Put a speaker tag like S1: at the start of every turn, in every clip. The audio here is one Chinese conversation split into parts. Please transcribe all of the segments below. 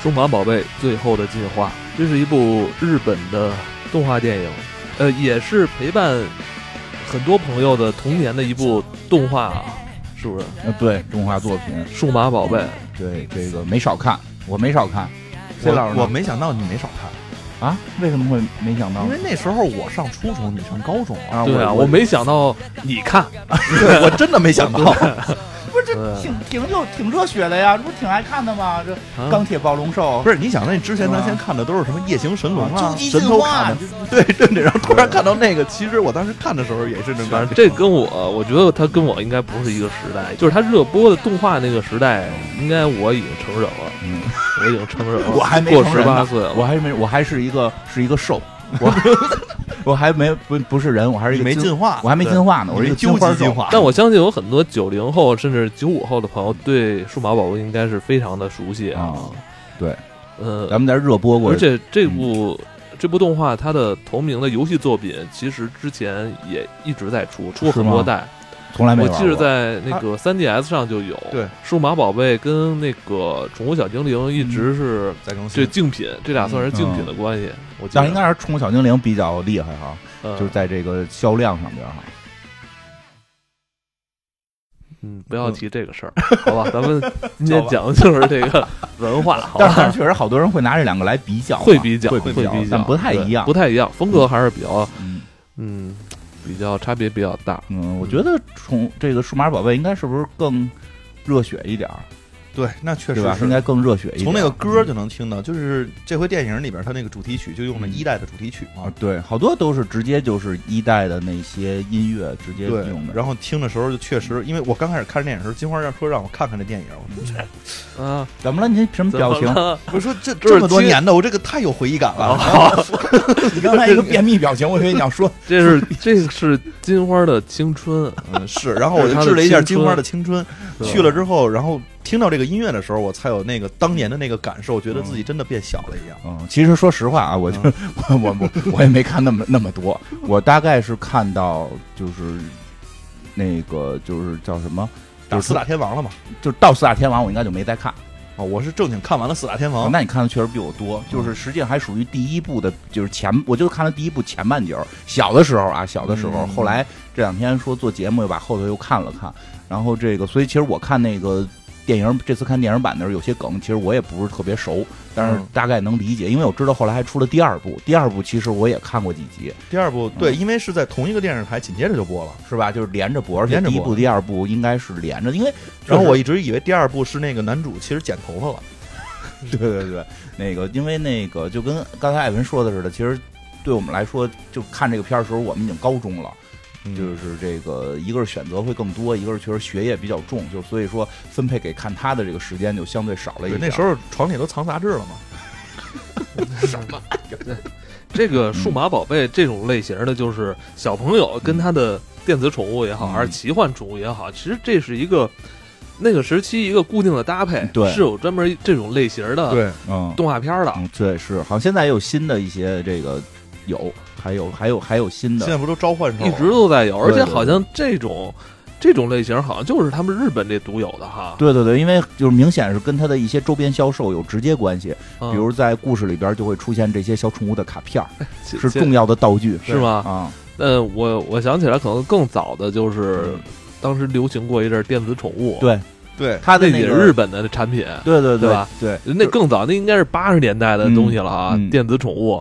S1: 《数码宝贝：最后的进化》，这是一部日本的动画电影，呃，也是陪伴很多朋友的童年的一部动画啊，是不是？
S2: 呃，对，动画作品，
S1: 《数码宝贝》
S2: 对这个没少看，我没少看。C 老师
S3: 我
S2: 呢
S3: 我没想到你没少看，
S2: 啊，为什么会没想到
S3: 因？为那时候我上初中，你上高中啊，
S2: 啊，
S1: 对啊，
S2: 我
S1: 我没想到你看，
S3: 我真的没 想到。
S4: 不是
S1: 对
S4: 这挺挺有挺热血的呀，这不是挺爱看的吗？这
S1: 啊
S4: 钢铁暴龙兽
S3: 不是，你想那之前咱
S4: 是吧
S3: 先看的都是什么夜行神龙
S4: 终
S3: 啊、
S4: 极
S3: 神
S4: 进
S3: 偷
S4: 化
S3: 卡门，对对对，然后突然看到那个，其实我当时看的时候也是
S2: 啊
S3: 那
S1: 反正
S3: 感
S1: 这跟我，我觉得他跟我应该不是一个时代，就是他热播的动画那个时代，应该我已经成人了，
S2: 嗯
S1: 我已经成人了，
S2: 我还没
S1: 过
S2: 成
S1: 十
S2: 人
S1: 八
S2: 呢
S1: 岁
S2: 我
S1: 了，
S2: 还没，我还是一个是一 个兽，我我还没不不是人，我还是一
S3: 你
S2: 个
S3: 没
S2: 金
S3: 进化，
S2: 我还没进化呢，我是一个
S3: 你没
S2: 金
S3: 究
S2: 花
S3: 极
S2: 兽
S3: 进。化。
S1: 但我相信有很多九零后甚至九五后的朋友对数码宝贝应该是非常的熟悉啊
S2: 啊，对，
S1: 呃，
S2: 咱们在热播过，
S1: 而且这
S2: 嗯
S1: 部、这部动画它的同名的游戏作品，其实之前也一直在出，出过
S2: 是
S1: 很
S2: 吗
S1: 多代。
S2: 从来没
S1: 我
S2: 玩过。
S1: 记得在那个 3DS 上就有。
S3: 对，
S1: 数码宝贝跟那个宠物小精灵
S2: 嗯
S1: 一直是
S3: 再更
S1: 这
S3: 新，
S1: 竞品，这俩算是竞品的关系。我记
S2: 嗯但是应
S1: 得，
S2: 该是《宠物小精灵》比较厉害哈，
S1: 嗯
S2: 就是在这个销量上边哈。
S1: 嗯，不要提这个 事儿，好吧？咱们今天讲的就是这个文 化，好
S2: 但
S1: 吧
S2: 是？确实好多人会拿这两个来比较嘛，
S1: 会比较，
S2: 会
S1: 会
S2: 较，
S1: 比较，
S2: 但不太一样
S1: 对不。太一样，风格还是比较，
S2: 嗯
S1: 嗯，比较差别比较大。
S2: 嗯，我觉得宠这个数码宝贝应该是不是更热血一点儿，
S3: 对，那确
S2: 对
S3: 实
S2: 吧？应
S3: 是。
S2: 该更热血一点儿。
S3: 从那个歌就能听到，就是这回电影里边它那个主题曲就用了一代的主题曲
S2: 啊
S3: 嘛，，
S2: 对，好多都是直接就是一代的那些音乐直接
S3: 对
S2: 用的。。
S3: 然后听的时候就确实，因为我刚开始看电影的时候，金花让说让我看看这电影，我说
S1: 啊，
S2: 怎么了？您什么
S1: 怎么
S2: 表情？
S1: 了
S3: 我说这
S1: 就是
S3: 这么多
S1: 亲
S3: 年的，我这个太有回忆感
S2: 啊
S3: 了。
S2: 你刚才一个便秘表情，我以为你要说
S1: 这是这是金花的青春，
S3: 嗯，是，然后我就治了一下金花的青春，去了之后，然后听到这个音乐的时候，我才有那个当年的那个感受，觉得自己真的变小了一样。
S2: 嗯，其实说实话啊，我就、 我我我我也没看那么那么多，我大概是看到就是那个就是叫什么，
S3: 打
S2: 就是
S3: 四大天王了嘛？
S2: 就是到四大天王，我应该就没再看。
S3: 啊，我是正经看完了四大天
S2: 哦
S3: 王，
S2: 那你看的确实比我多，就是实际上还属于第一部的，就是前我就看了第一部前半截儿。小的时候啊，小的时候，
S3: 嗯
S2: 后来这两天说做节目，又把后头又看了看，然后这个，所以其实我看那个。电影这次看电影版的时候，有些梗其实我也不是特别熟，但是
S3: 嗯
S2: 大概能理解，因为我知道后来还出了第二部，第二部其实我也看过几集，
S3: 第二部对，因为是在同一个电视台紧接着就播了。
S2: 是吧？就是连着播，而且
S3: 连着
S2: 第
S3: 播
S2: 一部、第二部应该是连着，因为
S3: 然后
S2: 就是
S3: 我一直以为第二部是那个男主其实剪头发了，
S2: 对对对，那个因为那个就跟刚才艾文说的似的，其实对我们来说，就看这个片儿的时候，我们已经高中了，
S3: 嗯
S2: 就是这个一个是选择会更多，一个是确实学业比较重，就所以说分配给看他的这个时间就相对少了一
S3: 对，
S2: 点。
S3: 那时
S2: 候
S3: 候床里都藏杂志了嘛。
S1: 这
S2: 嗯
S1: 个数码宝贝这种类型的，就是小朋友跟他的电子宠物也好，
S2: 嗯
S1: 还是奇幻宠物也好，其实这是一个那个时期一个固定的搭配，
S2: 对
S1: 是有专门这种类型的
S3: 对，
S2: 嗯，
S1: 动画片儿的。
S2: 嗯，对，是，好像现在也有新的一些这个有，还有还有还有新
S3: 现
S2: 的，
S3: 在不都召唤兽了
S1: 一直都在有，而
S2: 对
S1: 且
S2: 对
S1: 好像这种这种类型好像就是他们日本这独有的哈。
S2: 对对对，因为就是明显是跟他的一些周边销售有直接关系，
S1: 嗯，
S2: 比如在故事里边就会出现这些小宠物的卡片儿，
S1: 其
S2: 是
S1: 其
S2: 重要的道具，
S1: 是吗？
S2: 啊，
S1: 呃，我我想起来，可能更早的就是
S2: 嗯
S1: 当时流行过一阵儿电子宠物，
S2: 对，
S3: 对，
S2: 他的
S1: 那
S2: 那
S1: 也
S2: 个
S1: 是日本的产品。
S2: 对对
S1: 对吧？
S2: 对，
S1: 那更早，那应该是八十年代的东西了啊！
S2: 嗯嗯
S1: 电子宠物，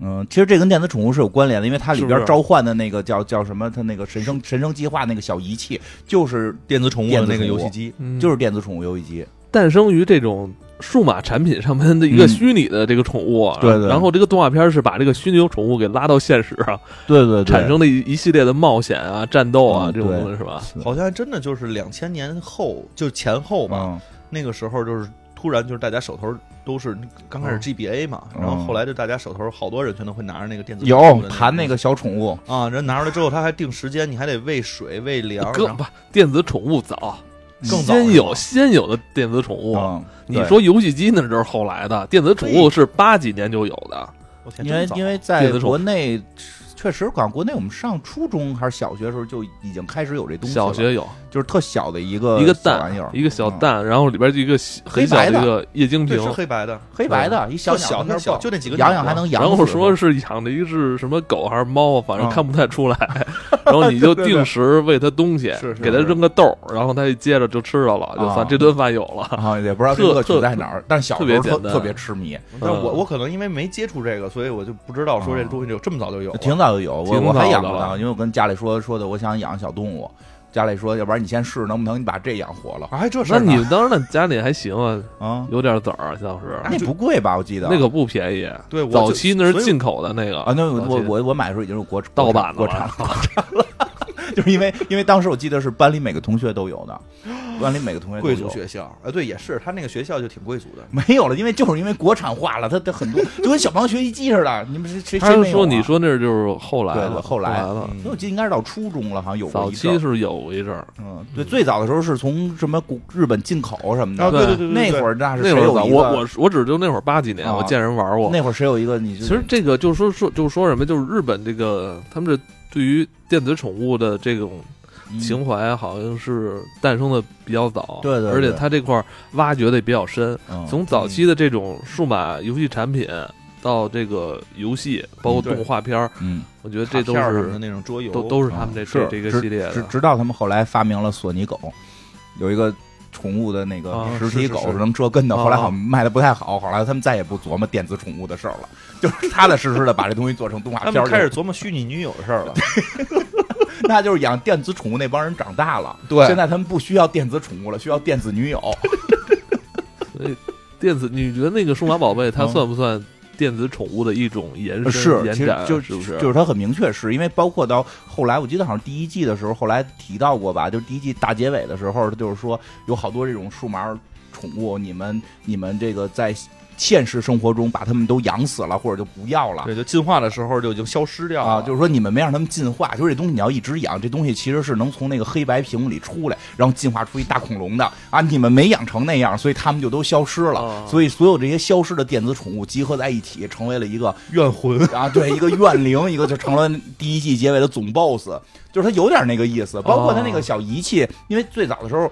S2: 嗯，其实这跟电子宠物是有关联的，因为它里
S1: 是不
S2: 边
S1: 是
S2: 召唤的那个叫叫什么，它那个神圣神圣计划那个小仪器，就是
S3: 电子宠物的那个游戏机，
S1: 嗯
S2: 就是电子宠物游戏机，
S1: 诞生于这种数码产品上面的一个
S2: 嗯
S1: 虚拟的这个宠物，啊
S2: 对对
S1: 然后这个动画片是把这个虚拟宠物给拉到现实啊，
S2: 对对
S1: 产生的一一系列的冒险啊、战斗啊
S2: 嗯
S1: 这种
S2: 对
S1: 东西是吧？
S2: 对
S3: 好像真的就是两千年后，就前后吧，
S2: 嗯，
S3: 那个时候就是突然就是大家手头都是刚开始
S1: 嗯
S3: GBA 嘛，
S2: 嗯
S3: 然后后来就大家手头好多人全都会拿着那个电子
S2: 有弹那
S3: 个
S2: 个小宠物，
S3: 啊，人拿出来之后他还定时间，你还得喂水喂粮，然
S1: 更
S3: 后
S1: 不电子宠物早，
S3: 更早
S1: 先
S3: 是
S1: 有
S3: 吧
S1: 先有的电子宠物，
S2: 嗯，
S1: 你
S2: 对
S1: 说游戏机那是后来的，电子宠物是八几年就有的，
S3: 我天
S2: 因为
S3: 真早
S2: 因为在
S1: 电子宠物
S2: 国内确实，港国内我们上初中还是小学的时候就已经开始有这东西了。
S1: 小学有
S2: 就是特小的一个
S1: 一个
S2: 小玩
S1: 蛋
S2: 意儿，，
S1: 一个小
S2: 嗯
S1: 蛋，然后里边就一个小很小的一个液晶
S3: 对，
S1: 屏
S3: 是，黑白的，
S2: 黑白的，一小
S3: 特小
S2: 鸟在那
S3: 特
S2: 儿
S3: 小，
S2: 蹦
S3: 就那几个
S2: 痒
S3: 鸟
S2: 痒还能痒
S1: 然
S2: 死。
S1: 后说是养的一个是什么狗还是猫，反正
S2: 嗯
S1: 看不太出 来。然后你就
S2: 对对对
S1: 定时喂它东西
S3: 是，是
S1: 给它
S3: 是
S1: 扔个豆儿，然后它就接着就吃着了，就
S2: 啊
S1: 算这顿饭有了。
S2: 啊，也不知道这
S1: 特
S2: 乐趣
S1: 特
S2: 在哪儿，但是小
S1: 特
S2: 时候
S1: 别
S2: 特
S1: 简单
S2: 特别痴迷，
S3: 但我
S2: 呃
S1: 嗯
S3: 我可能因为没接触这个，所以我就不知道说这
S2: 啊
S3: 东西有这么早就有了。
S2: 挺早就有，我
S1: 挺
S2: 我还
S1: 早的
S2: 养过呢，
S1: 了
S2: 因为我跟家里说说的，我想养小动物，家里说，要不然你先试，能不能你把这养活了
S3: 啊，还这事
S1: 那
S3: 儿呢
S1: 你当时那家里还行啊，
S2: 啊？
S1: 有点籽儿，像是
S2: 那不贵吧？我记得
S1: 那可不便宜。
S3: 对我
S1: 早
S3: 就
S1: 期那
S3: 所
S1: 是
S3: 以
S1: 进口的那个
S2: 啊，那我
S1: 早
S2: 我
S1: 期
S2: 我我买的时候已经是国
S1: 盗版的
S2: 国产了，国产了， 就是因为因为当时我记得是班里每个同学都有的，班里每个同学都
S3: 贵
S2: 有
S3: 族学校，啊，对，也是他那个学校就挺贵族的。
S2: 没有了，因为就是因为国产化了，它它很多就跟小朋友学习机似的，你们谁谁
S1: 他
S2: 谁
S1: 是
S2: 没有
S1: 说
S2: 啊
S1: 你，说那就是后来
S2: 对
S1: 了，
S2: 后
S1: 后
S2: 来
S1: 了。
S3: 嗯
S2: 因嗯为我记得应该是到初中了，好像有过
S1: 早
S2: 一阵
S1: 期
S2: 儿，
S1: 是有一阵儿，
S2: 嗯，对，最早的时候是从什么古日本进口什么的，
S3: 啊，对
S1: 对
S3: 对对，
S2: 那
S3: 对
S2: 会儿那是
S1: 那
S2: 谁
S1: 会儿
S2: 有
S1: 早
S2: 一
S1: 我
S2: 个
S1: 我我只就那会儿八几年，
S2: 啊
S1: 我见人玩过。
S2: 那会儿谁有一个你就
S1: 其实这个就是说说就是说什么，就是日本这个他们这对于电子宠物的这种
S2: 嗯
S1: 情怀，好像是诞生的比较早，
S2: 对对对
S1: 而且它这块儿挖掘的也比较深。
S2: 嗯
S1: 从早期的这种数码游戏产品到这个游戏，包括
S3: 对
S1: 动画片儿，
S2: 嗯
S1: 我觉得这都
S3: 卡片儿什么的
S1: 是
S3: 那种桌游，
S1: 都都是他们这这
S2: 是
S1: 这个
S2: 直
S1: 系列的
S2: 直直到他们后来发明了索尼狗，有一个。宠物的那个
S1: 啊
S2: 实体
S3: 是是
S2: 狗
S3: 是
S2: 是能折跟的，
S1: 啊
S2: 后来好像卖的不太好，后来他们再也不琢磨电子宠物的事儿了，就是踏踏实实的把这东西做成动画
S3: 他
S2: 片儿
S3: 们
S2: 就。
S3: 开始琢磨虚拟女友的事儿了。
S2: 那就是养电子宠物那帮人长大了，
S3: 对
S2: 现在他们不需要电子宠物了，需要电子女友。
S1: 所以电子，你觉得那个数码宝贝它
S2: 嗯
S1: 算不算电子宠物的一种延伸、
S2: 是，
S1: 延
S2: 其实
S1: 展？
S2: 就是
S1: 不是？
S2: 就是它很明确是，因为包括到后来，我记得好像第一季的时候，后来提到过吧，就是第一季大结尾的时候，它就是说有好多这种数码宠物，你们你们这个在现实生活中把它们都养死了，或者就不要了。
S3: 对，就进化的时候就已经消失掉
S2: 啊，
S3: 了，
S2: 就是说你们没让它们进化，就是这东西你要一直养，这东西其实是能从那个黑白屏幕里出来，然后进化出一大恐龙的啊！你们没养成那样，所以它们就都消失了。
S1: 啊
S2: 所以所有这些消失的电子宠物集合在一起，成为了一个
S3: 怨魂。
S2: 啊，对，一个怨灵，一个就成了第一季结尾的总 boss，就是他有点那个意思。包括他
S3: 哦
S2: 那个小仪器，因为最早的时候。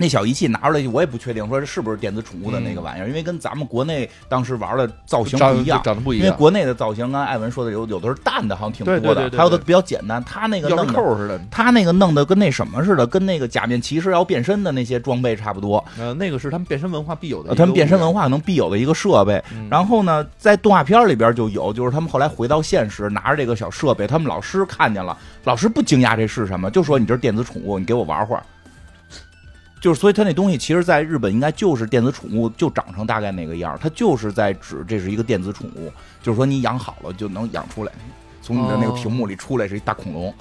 S2: 那小仪器拿出来，我也不确定说是不是电子宠物的那
S3: 嗯
S2: 个玩意儿，因为跟咱们国内当时玩的造型
S3: 长
S2: 不一样
S3: 就。长得不一
S2: 因为
S3: 样，
S2: 国内的造型，刚才啊艾文说的有有的是淡的，好像挺多的，
S3: 对对对对
S2: 还有的比较简单。他那个
S3: 钥
S2: 弄
S3: 匙
S2: 的，
S3: 扣似的。
S2: 他那个弄的跟那什么似的，跟那个假面骑士要变身的那些装备差不多。
S3: 呃，那个是啊他们变身文化必有的一个物件，
S2: 他们变身文化可能必有的一个设备。
S3: 嗯，
S2: 然后呢，在动画片里边就有，就是他们后来回到现实，拿着这个小设备，他们老师看见了，老师不惊讶这是什么，就说你这是电子宠物，你给我玩会儿。就是，所以他那东西其实，在日本应该就是电子宠物就长成大概那个样儿，它就是在指这是一个电子宠物，就是说你养好了就能养出来，从你的那
S3: 哦
S2: 个屏幕里出来是一大恐龙，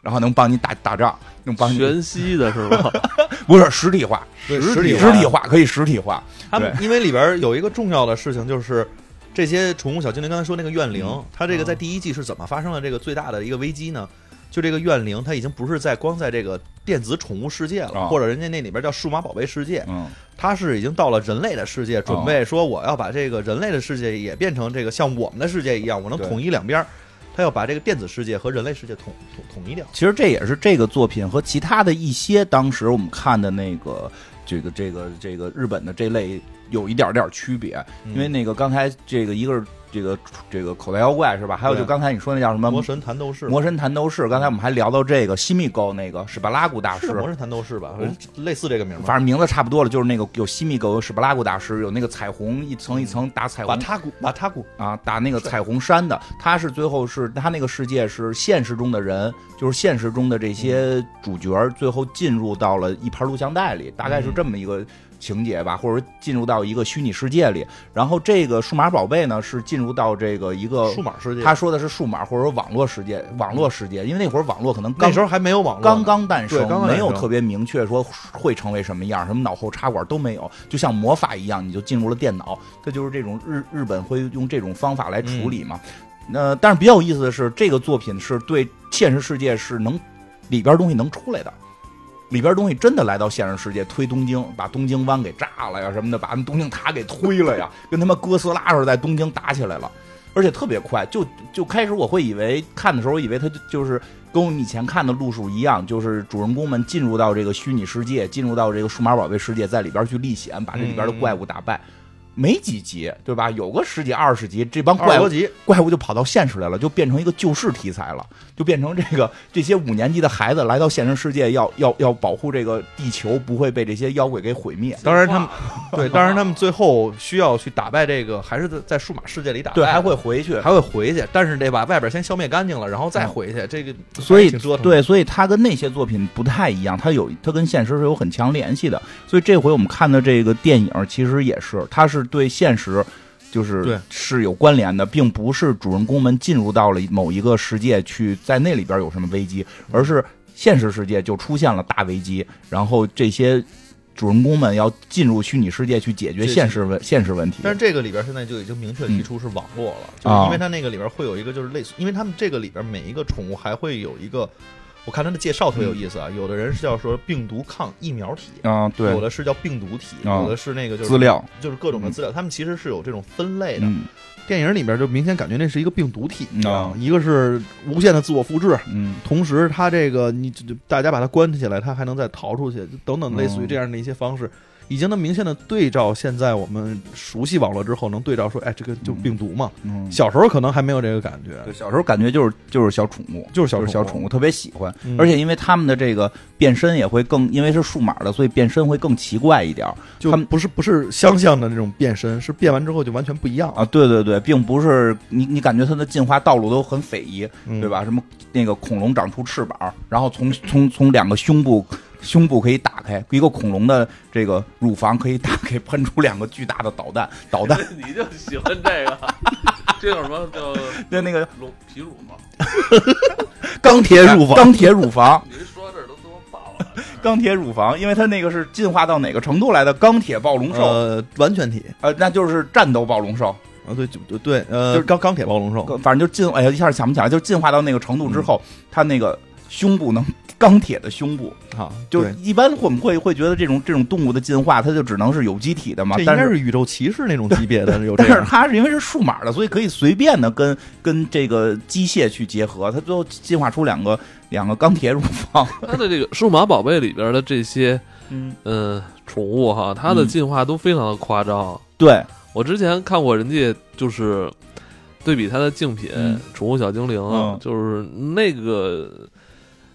S2: 然后能帮你打打仗，能帮你
S1: 全息的是吧？
S2: 不是实体化，
S3: 对
S2: 实
S3: 实体
S2: 实体
S3: 化
S2: 化可以实体化，
S3: 他们因为里边有一个重要的事情就是。这些宠物小精灵，刚才说那个怨灵
S2: 嗯，
S3: 它这个
S1: 嗯
S3: 在第一季是怎么发生了这个最大的一个危机呢？就这个怨灵，它已经不是在光在这个电子宠物世界
S2: 啊
S3: 了，或者人家那里边叫数码宝贝世界，
S2: 嗯，
S3: 它是已经到了人类的世
S2: 哦
S3: 界，准备说我要把这个人类的世界也变成这个像我们的世界一样，我能
S2: 对
S3: 统一两边儿。它要把这个电子世界和人类世界统统统一掉。
S2: 其实这也是这个作品和其他的一些当时我们看的那个这个这个这个日本的这类有一点点区别，
S3: 嗯
S2: 因为那个刚才这个一个是这个这个口袋妖怪是吧？还有就
S3: 对
S2: 刚才你说那叫什么
S3: 嗯魔神弹斗士嘛，
S2: 魔神弹斗士，刚才我们还聊到这个西密沟那个史巴拉古大师
S3: 是。魔神弹斗士吧
S2: 我，
S3: 类似这个名儿吧。
S2: 嗯反正名字差不多了，就是那个有西密沟、有史巴拉古大师，有那个彩虹一层一层打彩
S3: 瓦
S2: 虹
S3: 塔古，瓦塔古，
S2: 啊，打那个
S3: 是
S2: 彩虹山的，他是最后是他那个世界是现实中的人，就是现实中的这
S3: 嗯
S2: 些主角儿最后进入到了一盘录像带里，大概是
S3: 嗯
S2: 这么一个情节吧，或者进入到一个虚拟世界里。然后这个数码宝贝呢是进入到这个一个
S3: 数码世界。
S2: 呃他说的是数码或者说网络世界，网络世界，因为那会儿网络可能刚
S3: 那时候还没有网络呢，
S2: 刚刚诞生
S3: 对，刚刚诞生
S2: 没有特别明确说会成为什么样，什么脑后插管都没有，就像魔法一样，你就进入了电脑。它就是这种日日本会用这种方法来处理
S3: 嗯
S2: 嘛。呃，但是比较有意思的是，这个作品是对现实世界是能里边东西能出来的。里边东西真的来到现实世界，推东京，把东京湾给炸了呀，什么的，把他们东京塔给推了呀，跟他妈哥斯拉似的在东京打起来了。而且特别快。就就开始我会以为看的时候，我以为它就就是跟我们以前看的路数一样，就是主人公们进入到这个虚拟世界，进入到这个数码宝贝世界，在里边去历险，把这里边的怪物打败。没几集，对吧？有个十几二十集，这帮
S3: 二十
S2: 怪物
S3: 多集，
S2: 怪哎物就跑到现实来了，就变成一个救世题材了，就变成这个这些五年级的孩子来到现实世界要，要要保护这个地球不会被这些妖怪给毁灭。
S3: 当然他们 对，当然他们最后需要去打败这个，还是在在数码世界里打败，
S2: 对，还会回去，
S3: 还会回去，但是得把外边先消灭干净了，然后再回去。这个
S2: 嗯
S3: 哎
S2: 所以
S3: 挺折腾的，
S2: 对，所以它跟那些作品不太一样，它有它跟现实是有很强联系的。所以这回我们看的这个电影，其实也是，它是对现实。就是
S3: 对
S2: 是有关联的，并不是主人公们进入到了某一个世界去在那里边有什么危机，而是现实世界就出现了大危机，然后这些主人公们要进入虚拟世界去解决
S3: 这是
S2: 现实问现实问题。
S3: 但是这个里边现在就已经明确提出是网络了，
S2: 嗯
S3: 就是因为它那个里边会有一个就是类似，因为他们这个里边每一个宠物还会有一个，我看它的介绍特有
S2: 嗯
S3: 意思啊，有的人是叫说病毒抗疫苗体，
S2: 啊，
S3: 有
S2: 对，
S3: 的是叫病毒体，
S2: 啊
S3: 有的是那个就是
S2: 资料，
S3: 就是各种的资料，他们其实是有这种分类的。
S2: 嗯
S3: 电影里边就明显感觉那是一个病毒体，
S2: 嗯啊
S3: 一个是无限的自我复制。
S2: 嗯，
S3: 同时，它这个你就大家把它关起来，它还能再逃出去，等等，
S2: 嗯
S3: 类似于这样的一些方式，已经能明显的对照现在我们熟悉网络之后，能对照说，哎，这个就病毒嘛。
S2: 嗯
S3: 小时候可能还没有这个感觉，
S2: 对，小时候感觉就是就是小宠物，
S3: 就是小
S2: 就是小宠
S3: 物，
S2: 物，特别喜欢。
S3: 嗯
S2: 而且因为他们的这个变身也会更，因为是数码的，所以变身会更奇怪一点儿
S3: 就
S2: 他们
S3: 不是不是相像的那种变身，是变完之后就完全不一样，
S2: 啊。对对对，并不是你你感觉它的进化道路都很匪夷，
S3: 嗯
S2: 对？吧？什么那个恐龙长出翅膀，然后从从从两个胸部。胸部可以打开一个恐龙的这个乳房，可以打开喷出两个巨大的导弹，导弹
S1: 你就喜欢这 个，这叫什么叫
S2: 就 那个
S1: 龙皮乳吗？
S2: 钢铁乳房，钢铁乳房，
S1: 你这说这都他妈爆了！
S2: 钢铁乳房，因为它那个是进化到哪个程度来的？钢铁暴龙兽，
S3: 呃，完全体
S2: 呃，那就是战斗暴龙兽，
S3: 啊，对就就对，呃，
S2: 就是
S3: 钢钢铁暴龙兽，
S2: 反正就进，哎呀，一下想不起来，就进化到那个程度之后，它那个胸部能钢铁的胸部，
S3: 啊，
S2: 就
S3: 对
S2: 一般我们会会觉得这种这种动物的进化，它就只能是有机体的嘛
S3: 这，应
S2: 但
S3: 该
S2: 是。
S3: 是宇宙骑士那种级别的，有这
S2: 但是
S3: 样。
S2: 它是因为是数码的，所以可以随便的跟跟这个机械去结合，它最后进化出两个两个钢铁乳房。
S1: 它的这个数码宝贝里边的这些
S2: 嗯，
S1: 嗯宠物哈，它的
S2: 嗯
S1: 进化都非常的夸张。
S2: 对，
S1: 我之前看过人家就是对比它的竞品
S2: 嗯
S1: 《宠物小精灵》啊
S2: 嗯，
S1: 就是那个。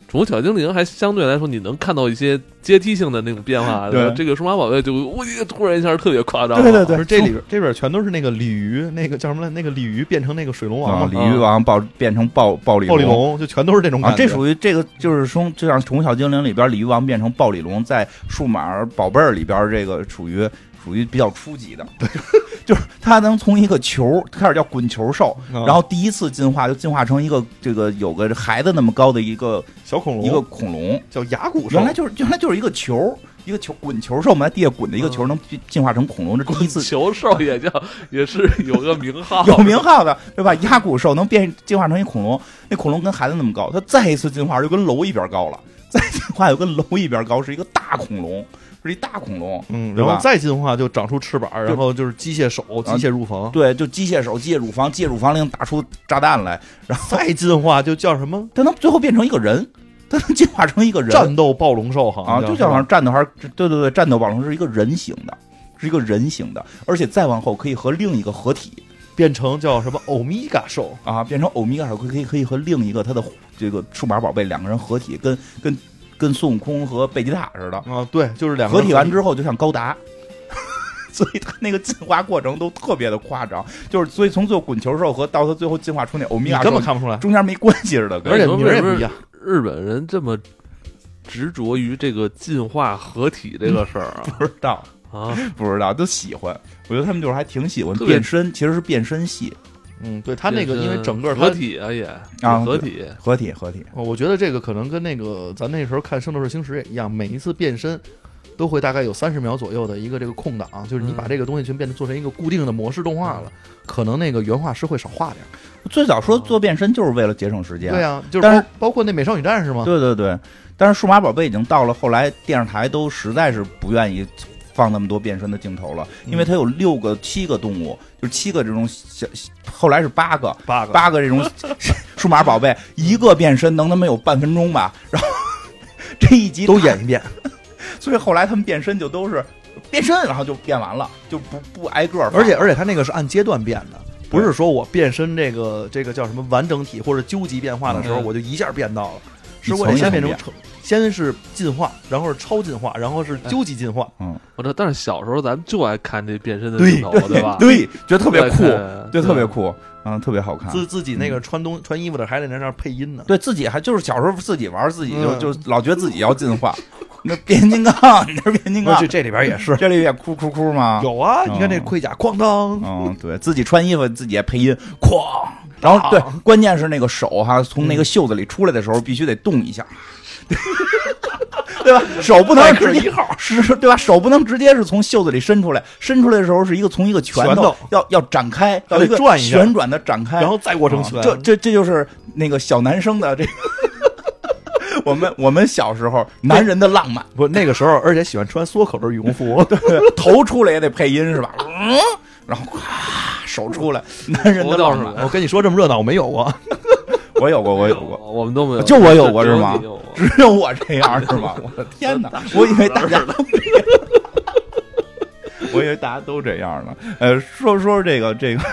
S1: 宠物小精灵还相对来说，你能看到一些阶梯性的那种变化。
S2: 对
S1: 这个数码宝贝就我突然一下特别夸张。
S2: 对对对
S3: 不是这里边这边全都是那个鲤鱼，那个叫什么来？那个鲤鱼变成那个水龙王
S2: 啊，
S3: 嘛，
S2: 鲤鱼王暴变成暴暴力
S3: 暴力嗯龙就全都是这种感
S2: 啊，
S3: 觉。
S2: 这属于这个就是从就像《宠物小精灵》里边鲤鱼王变成暴鲤龙，在数码宝贝儿里边这个属于属于比较初级的，对， 就是它能从一个球开始叫滚球兽，
S3: 啊
S2: 然后第一次进化就进化成一个这个有个孩子那么高的一个
S3: 小恐龙，
S2: 一个恐龙，
S3: 叫牙骨兽
S2: 原，来就是原来就是一个球。一个球滚球兽，我们在地下滚
S3: 嗯
S2: 的一个球，能进进化成恐龙，这第一次，
S1: 球兽也叫也是有个名号
S2: 有名号的，对吧？鸭骨兽能变进化成一恐龙，那恐龙跟孩子那么高，它再一次进化就跟楼一边高了，再进化就跟楼一边高，是一个大恐龙，是一大恐龙。
S3: 嗯，
S2: 对
S3: 然
S2: 吧
S3: 后再进化就长出翅膀，然后就是机械手、机
S2: 啊
S3: 械乳房，
S2: 对，就机械手、机械乳房、机械乳房令打出炸弹来，然后
S3: 再进化就叫什么
S2: 它能最后变成一个人，它能进化成一个人
S3: 战斗暴龙兽，好
S2: 啊，
S3: 像
S2: 就
S3: 叫
S2: 叫好像战斗还是对对对，战斗暴龙是一个人形的，是一个人形的，而且再往后可以和另一个合体。
S3: 变成叫什么欧米伽兽，
S2: 啊，变成欧米伽手可以可以可以和另一个他的这个数码宝贝两个人合体，跟跟跟孙悟空和贝吉塔似的，
S3: 啊，对，就是两个
S2: 合体完之
S3: 后，
S2: 后就像高达。 所以他那个进化过程都特别的夸张，就是所以从最后滚球兽和到他最后进化出那欧米
S3: 你
S2: 伽
S3: 根
S2: 兽
S3: 本，看不出来，
S2: 中间没关系似的。
S3: 而
S2: 跟
S3: 且名儿也不一样。
S1: 日本人这么执着于这个进化合体这个事儿 啊
S2: 不知道
S1: 啊，
S2: 不知道都喜欢，我觉得他们就是还挺喜欢
S1: 特别
S2: 变身，其实是变身系
S3: 嗯，对他那个，因为整个
S1: 合
S3: 它
S1: 体啊也
S2: 啊
S1: 合体，
S2: 合体合体。
S3: 哦，我觉得这个可能跟那个咱那时候看《圣斗士星矢》也一样，每一次变身都会大概有三十秒左右的一个这个空档，就是你把
S1: 嗯
S3: 这个东西全变成做成一个固定的模式动画了，可能那个原画师会少画点儿。
S2: 最早说做变身就是为了节省时间，
S3: 对啊，就是
S2: 但是
S3: 包包括那美少女战士嘛，
S2: 对对对，但是数码宝贝已经到了后来电视台都实在是不愿意放那么多变身的镜头了，因为它有六个、七个动物，就是七个这种小，后来是八个，
S3: 八个
S2: 八个这 种数码宝贝，一个变身能他妈有半分钟吧？然后这一集
S3: 都
S2: 演。
S3: 演一遍，
S2: 所以后来他们变身就都是变身，然后就变完了，就不不挨个儿放。
S3: 而且而且他那个是按阶段变的，不是说我变身这个这个叫什么完整体或者究极变化的时候，
S1: 嗯
S3: 我就一下变到了，
S2: 一
S3: 是我
S2: 层
S3: 得
S2: 一层
S3: 先变成
S2: 变
S3: 成先是进化，然后是超进化，然后是究极进化，
S1: 我这但是小时候咱们就爱看这变身的
S3: 对
S1: 镜头，对吧？
S2: 对，觉得特别酷，
S1: 对
S2: 对，特别酷，嗯，特别好看。
S3: 自自己那个穿东穿衣服的还得在那儿配音呢。
S2: 对自己还就是小时候自己玩，自己就、
S3: 嗯
S2: 就老觉得自己要进化。那变形金刚，你这变 形金
S3: 不
S2: 刚
S3: 是这，这里边也是
S2: 这里也哭哭哭吗？
S3: 有啊，
S2: 嗯
S3: 你看这盔甲哐当，
S2: 嗯，对自己穿衣服，自己也配音，
S3: 啊
S2: 哐。然后对，关键是那个手哈，从
S3: 嗯
S2: 那个袖子里出来的时候，必须得动一下， 对吧？手不能直接是，对吧？手不能直接是从袖子里伸出来，伸出来的时候是一个从一个拳
S3: 拳头
S2: 要要展开，
S3: 还
S2: 要
S3: 得
S2: 一个
S3: 转一下
S2: 旋转的展开，
S3: 然后再过程
S2: 啊
S3: 拳，
S2: 这这这就是那个小男生的这个， 我们我们小时候男人的浪 漫，
S3: 不那个时候，而且喜欢穿缩口的羽绒服，
S2: 头出来也得配音是吧？嗯，然后咵手出来，男人的
S1: 我倒
S2: 浪
S1: 是
S2: 漫。
S3: 我跟你说这么热闹，我没有过。
S2: 我有过，我有过，
S1: 我们都 没有，
S2: 就我有过是吗
S1: 只有你有过
S2: 只有我这样是吗？我的天哪！我以为大家都这样，我以为大家都这样呢。呃，说说这个这个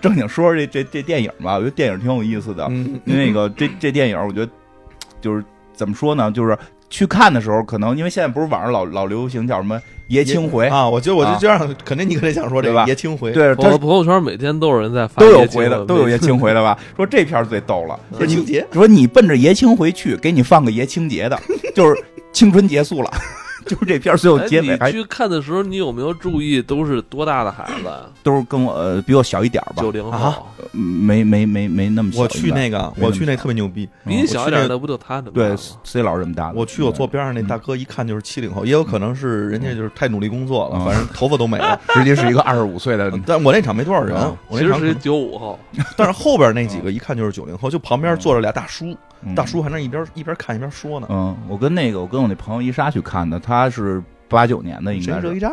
S2: 正经说说这这这电影吧，我觉得电影挺有意思的。
S3: 嗯，
S2: 那个这这电影，我觉得就是怎么说呢，就是。去看的时候，可能因为现在不是网上老老流行叫什么“爷青回”，
S3: 啊，我觉得我
S2: 啊
S3: 就这样，肯定你肯定想说这
S2: 对
S3: 个
S2: 吧
S3: 爷青回，
S2: 对，
S1: 我的
S2: 他
S1: 朋友圈每天都有人在发
S2: 都有
S1: 这些
S2: 回
S1: 新
S2: 的，
S1: 闻
S2: 都有爷青回的吧？说这片儿最逗了，
S3: 爷青节
S2: 说你奔着爷青回去，给你放个爷青节的，就是青春结束了， 就是这片儿最后
S1: 哎
S2: 结尾还
S1: 你去看的时候，你有没有注意都是多大的孩子啊？
S2: 都是跟我呃比我小一点儿吧
S1: 九，零后
S3: 啊，
S2: 嗯没没没没那么小。
S3: 我去那个，
S2: 没那么
S3: 我去那特别牛逼。
S2: 嗯
S1: 比你小一点
S3: 我去那
S1: 的不就他的吗？
S2: 对 C 老师这么大的，
S3: 我去，我坐边上那大哥一看就是七零后，也有可能是人家就是太努力工作了，
S2: 嗯
S3: 反正头发都没了。
S2: 实际是一个二十五岁的
S3: 但我那场没多少人
S2: 嗯，
S3: 我
S1: 其
S3: 那
S1: 实
S3: 场可
S1: 是
S3: 能，
S1: 九五后，
S3: 但是后边那几个一看就是九零后，就旁边坐着俩大叔，
S2: 嗯
S3: 大叔还那一边一边看一边说呢。
S2: 嗯，我跟那个我跟我那朋友伊莎去看的，他是八九年的，应
S3: 谁
S2: 该
S3: 惹一
S2: 是
S3: 扎？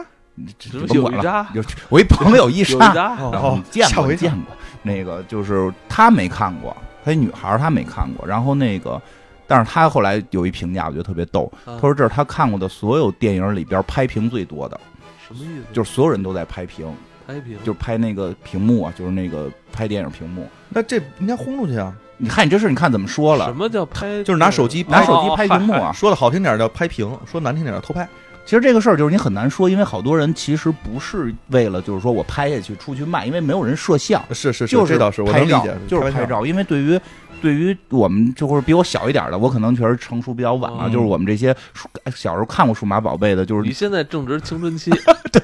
S1: 什
S2: 这
S1: 么
S2: 这甭
S1: 有
S2: 管
S1: 一
S2: 了。
S1: 扎，
S2: 有我一朋友伊
S1: 有一
S2: 莎，
S1: 扎，
S2: 然后
S3: 哦，
S2: 见
S3: 吓
S2: 过
S3: 我一跳
S2: 见过，那个就是他没看过，他一女孩儿她没看过，然后那个。但是他后来有一评价，我觉得特别逗。
S1: 他
S2: 他说：“这是他看过的所有电影里边拍屏最多的，
S1: 什么意思？
S2: 就是所有人都在拍屏，
S1: 拍屏，
S2: 就是拍那个屏幕啊，就是那个拍电影屏幕。
S3: 那这应该轰出去啊！
S2: 你看你这事，你看怎么说
S1: 什
S2: 了？
S1: 么叫拍？
S3: 就是拿手机
S1: 哦
S2: 拿手机拍屏幕
S1: 嗨
S2: 啊。
S3: 说的好听点叫拍屏，说难听点叫偷拍。
S2: 其实这个事儿就是你很难说，因为好多人其实不是为了就是说我拍下去出去卖，因为没有人摄像，
S3: 是是是，
S2: 就
S3: 这倒是我能
S2: 拍
S3: 理
S2: 照
S3: 解，，
S2: 就是拍。照。因为对于对于我们就或者比我小一点的，我可能确实成熟比较晚啊，
S1: 嗯
S2: 就是我们这些数小时候看过《数码宝贝》的，就是
S1: 你现在正值青春 期，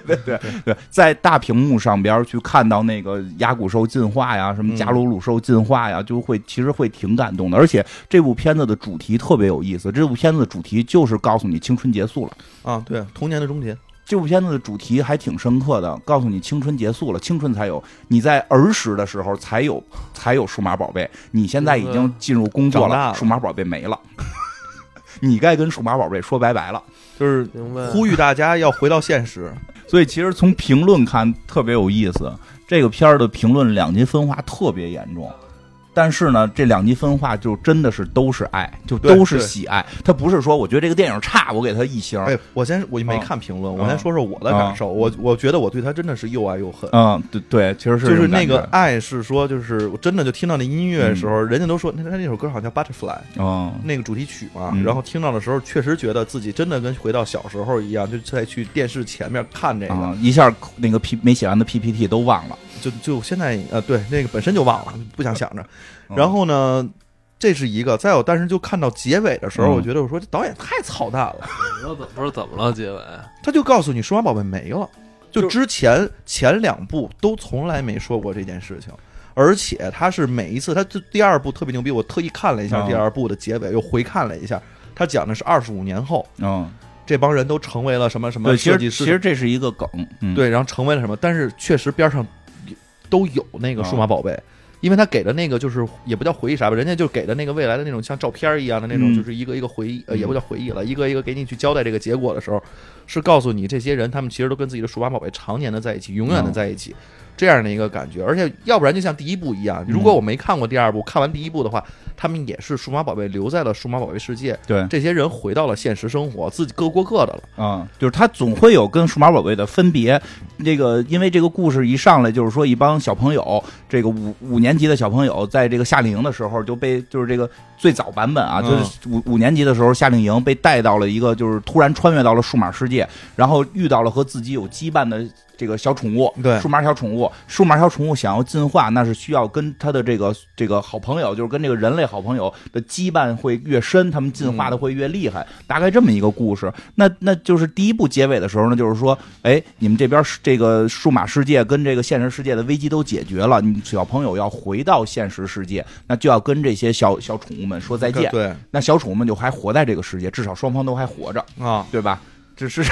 S2: 对， 在大屏幕上边儿去看到那个牙骨兽进化呀，什么
S3: 嗯
S2: 加鲁鲁兽进化呀，就会其实会挺感动的。而且这部片子的主题特别有意思，这部片子的主题就是告诉你青春结束了。
S3: 啊，对，童年的终结。
S2: 这部片子的主题还挺深刻的，告诉你青春结束了，青春才有，你在儿时的时候才有才有数码宝贝，你现在已经进入工作
S3: 嗯长大
S2: 了，
S3: 了
S2: 数码宝贝没了， 你该跟数码宝贝说拜拜了。
S3: 就是
S1: 明白？
S3: 呼吁大家要回到现实。
S2: 所以其实从评论看特别有意思，这个片儿的评论两极分化特别严重。但是呢，这两极分化就真的是都是爱，就
S3: 对
S2: 都是
S3: 对
S2: 喜爱。他不是说我觉得这个电影差，我给他一星。
S3: 哎，我先我没
S2: 啊
S3: 看评论，
S2: 啊
S3: 我先说说我的感受。我我觉得我对他真的是又爱又恨。
S2: 嗯，对对，其实是
S3: 就
S2: 这
S3: 是
S2: 种
S3: 那
S2: 感觉
S3: 个，爱是说，就是我真的就听到那音乐的时候，人家都说那他那首歌好像叫《Butterfly》
S2: 嗯，
S3: 那个主题曲嘛，
S2: 嗯
S3: 然后听到的时候，确实觉得自己真的跟回到小时候一样，就再去电视前面看这个，
S2: 啊、一下那个 P 没写完的 PPT 都忘了。
S3: 就就现在呃，对那个本身就忘了，不想想着。
S2: 嗯
S3: 然后呢，这是一个，再有，但是就看到结尾的时候，
S2: 嗯
S3: 我觉得我说这导演太操蛋了，
S1: 我怎不是怎么了？结尾
S3: 他就告诉你数码宝贝没了，就之前前两部都从来没说过这件事情。而且他是每一次，他这第二部特别牛逼，我特意看了一下
S2: 嗯
S3: 第二部的结尾，又回看了一下，他讲的是二十五年后，
S2: 嗯，
S3: 这帮人都成为了什么什么
S2: 对，其
S3: 设
S2: 实
S3: 计师，
S2: 其实这是一个梗。嗯、啊
S3: 对，然后成为了什么？但是确实边上都有那个数码宝贝，因为他给的那个就是也不叫回忆杀吧，人家就给的那个未来的那种像照片儿一样的那种，
S2: 嗯
S3: 就是一个一个回忆，呃，
S2: 嗯
S3: 也不叫回忆了，一个一个给你去交代这个结果的时候，是告诉你这些人他们其实都跟自己的数码宝贝常年的在一起，永远的在一
S2: 嗯
S3: 起。这样的一个感觉，而且要不然就像第一部一样，如果我没看过第二部，看完第一部的话，他们也是数码宝贝留在了数码宝贝世界，
S2: 对，
S3: 这些人回到了现实生活，自己各过各的了。
S2: 嗯，就是他总会有跟数码宝贝的分别。这个因为这个故事一上来就是说一帮小朋友，这个五五年级的小朋友在这个夏令营的时候就被就是这个最早版本啊，
S3: 嗯
S2: 就是五五年级的时候夏令营被带到了一个就是突然穿越到了数码世界，然后遇到了和自己有羁绊的。这个小宠物，
S3: 对
S2: 数码小宠物，数码小宠物想要进化，那是需要跟它的这个这个好朋友，就是跟这个人类好朋友的羁绊会越深，他们进化的会越厉害，大概这么一个故事。那那就是第一部结尾的时候呢，就是说，哎，你们这边是这个数码世界跟这个现实世界的危机都解决了，你们小朋友要回到现实世界，那就要跟这些小小宠物们说再见。
S3: 对
S2: 那小宠物们就还活在这个世界，至少双方都还活着，
S3: 啊，
S2: 对吧？只是
S3: 是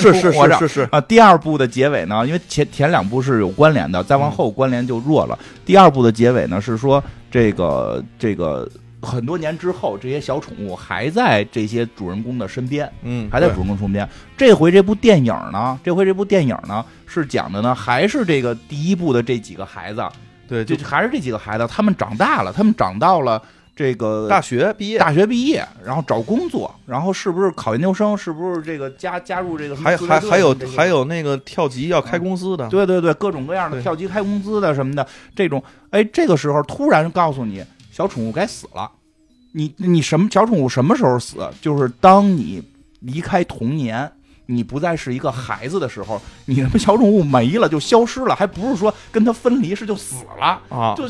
S3: 是是是是是，
S2: 啊，第二部的结尾呢，因为前前两部是有关联的，再往后关联就弱了。第二部的结尾呢是说这个这个很多年之后，这些小宠物还在这些主人公的身边，
S3: 嗯，
S2: 还在
S3: 对
S2: 主人公身边。这回这部电影呢，这回这部电影呢是讲的呢还是这个第一部的这几个孩子，
S3: 对，
S2: 就
S3: 就
S2: 还是这几个孩子，他们长大了，他们长到了这个
S3: 大学毕业，
S2: 大学毕业，然后找工作，然后是不是考研究生，是不是这个加加入这个什嗯么
S3: 还
S2: 自卫
S3: 还
S2: 队
S3: 还
S2: 什
S3: 有
S2: 么这些
S3: 还有那个跳级要开公司的，
S2: 对对对，各种各样的
S3: 啊对
S2: 跳级开工资的什么的，这种，哎，这个时候突然告诉你，小宠物该死了。你你什么小宠物什么时候死？就是当你离开童年，你不再是一个孩子的时候，你他妈小宠物没了就消失了，还不是说跟它分离，是就死了。
S3: 啊，
S2: 就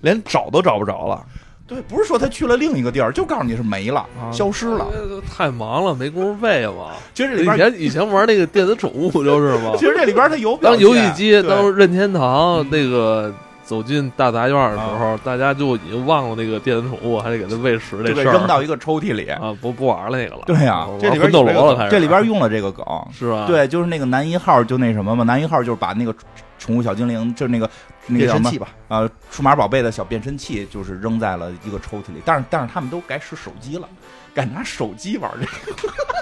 S3: 连找都找不着了。
S2: 对，不是说它去了另一个地儿，就告诉你是没了，
S3: 啊
S2: 消失了。
S1: 哎太忙了，没工夫喂嘛。
S2: 其实这
S1: 以
S2: 里边，
S1: 前以前玩那个电子宠物就是嘛
S2: 其，实这里边它有表
S1: 当游戏
S2: 现
S1: 机
S2: 对嗯
S1: 当任天堂那个。走进大杂院的时
S2: 啊
S1: 候，大家就已经忘了那个电子宠物还得给它喂食
S2: 就
S1: 这
S2: 给
S1: 事儿，
S2: 扔到一个抽屉里。
S1: 啊，不不玩那个了。啊
S2: 对呀
S1: 玩
S3: 这里边
S1: 魂斗罗了，开始啊
S2: 这里边用了这个梗，
S1: 是吧？，
S2: 对，就是那个男一号就那什么嘛，男一号就是把那个宠物小精灵，就是那个那个
S3: 变
S2: 叫什
S3: 身
S2: 么
S3: 器吧，
S2: 呃数码宝贝的小变身器，就是扔在了一个抽屉里。但是但是他们都改使手机了，改拿手机玩这个，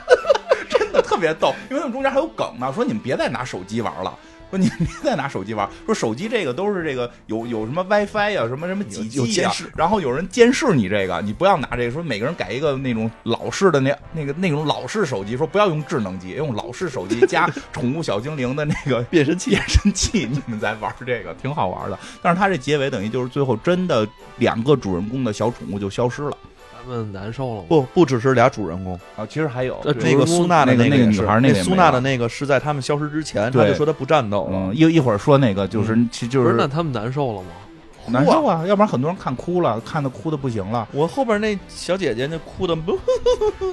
S2: 真的特别逗。因为他们中间还有梗呢，说你们别再拿手机玩了。说你们别再拿手机玩，说手机这个都是这个有有什么 WiFi 啊呀、什么什么几 G
S3: 有
S2: 呀、
S3: 监视
S2: 然后有人监视你这个，你不要拿这个。说每个人改一个那种老式的那那个那种老式手机，说不要用智能机，用老式手机 加宠物小精灵的那个变身器，变身器，你们再玩这个挺好玩的。但是它这结尾等于就是最后真的两个主人公的小宠物就消失了
S1: 咱们难受了吗？
S3: 不不只是俩主人公，
S2: 啊，其实还有
S1: 呃主
S3: 那
S1: 人
S3: 个
S1: 公
S3: 苏娜的
S2: 那个
S3: 个
S2: 那个
S3: 也是
S2: 女孩儿那
S3: 那
S2: 个也没
S3: 苏娜
S2: 了
S3: 的那个是在他们消失之前，他
S2: 对
S3: 就说他不战斗了
S2: 嗯，，一一会儿说那个就是其实就
S1: 不是，那
S2: 是
S1: 他们难受了吗？
S2: 难受啊，要不然很多人看哭了，看的哭的不行了。
S3: 我后边那小姐姐那哭的，不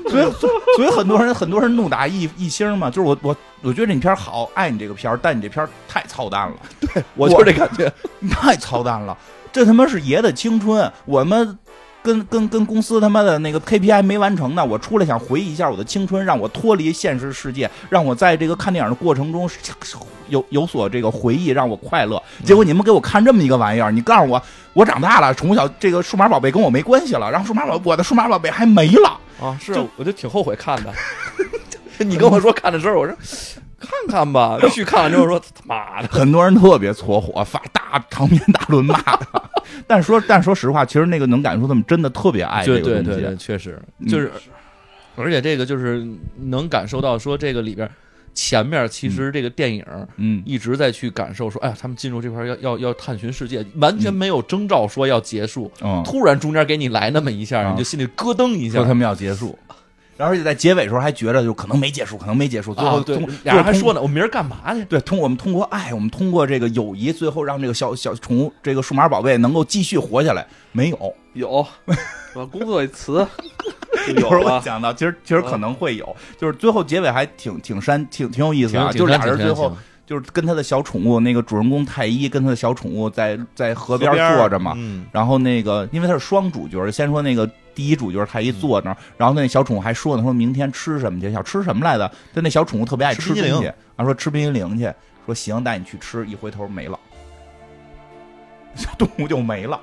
S2: 所以，所以所以很多人很多人怒打一一星嘛，就是我我我觉得你片儿好，爱你这个片儿，但你这片儿太操蛋了，
S3: 我就是这感觉。
S2: 你太操蛋了，这他妈是爷的青春，我们。跟跟跟公司他妈的那个 KPI 没完成呢，我出来想回忆一下我的青春，让我脱离现实世界，让我在这个看电影的过程中有有所这个回忆，让我快乐。结果你们给我看这么一个玩意儿，你告诉我我长大了，从小这个数码宝贝跟我没关系了，然后数码宝我的数码宝贝还没了，
S3: 啊，是
S2: 就，
S3: 我就挺后悔 看的。 你跟我说看的时候，我说看 看吧，去看了之后说他妈的，
S2: 很多人特别搓火，发大长篇大论骂他。 但是说，但是说实话，其实那个能感受他们真的特别爱这个东西。
S3: 确实
S2: 嗯
S3: 就是，而且这个就是能感受到说这个里边前面其实这个电影
S2: 嗯，
S3: 一直在去感受说，哎呀，他们进入这块儿要要要探寻世界，完全没有征兆说要结束，
S2: 嗯，
S3: 突然中间给你来那么一下，
S2: 啊
S3: 你就心里咯噔一下
S2: 说。他们要结束，然后而且在结尾时候还觉着就可能没结束，可能没结束，最后
S3: 啊，
S2: 通、
S3: 对，俩人还
S2: 最后通
S3: 说呢，我明儿干嘛去？
S2: 对，通我们通过爱，我们通过这个友谊，最后让这个小小宠物这个数码宝贝能够继续活下来，没有。
S1: 有， 把工作一 辞，就
S2: 一
S1: 有啊
S2: 会儿
S3: 啊
S2: 我
S1: 了。
S2: 讲到，其实其实可能会有，就是最后结尾还挺挺煽，挺挺有意思啊，
S3: 嗯挺
S2: 就
S3: 挺
S2: 俩
S3: 煽
S2: 人
S3: 情
S2: 最后
S3: 挺
S2: 就是跟他的小宠物，那个主人公太一跟他的小宠物在在河边
S3: 河边儿
S2: 坐着嘛，
S3: 嗯，
S2: 然后那个因为他是双主角，先说那个第一主角太一坐那儿，然后那小宠物还说呢，说明天吃什么去，想吃什么来的？但那小宠物特别爱
S3: 吃
S2: 吃
S3: 冰激
S2: 东西
S3: 凌，
S2: 啊，说吃冰激凌去，说行，带你去吃，一回头没了。 动物就没了。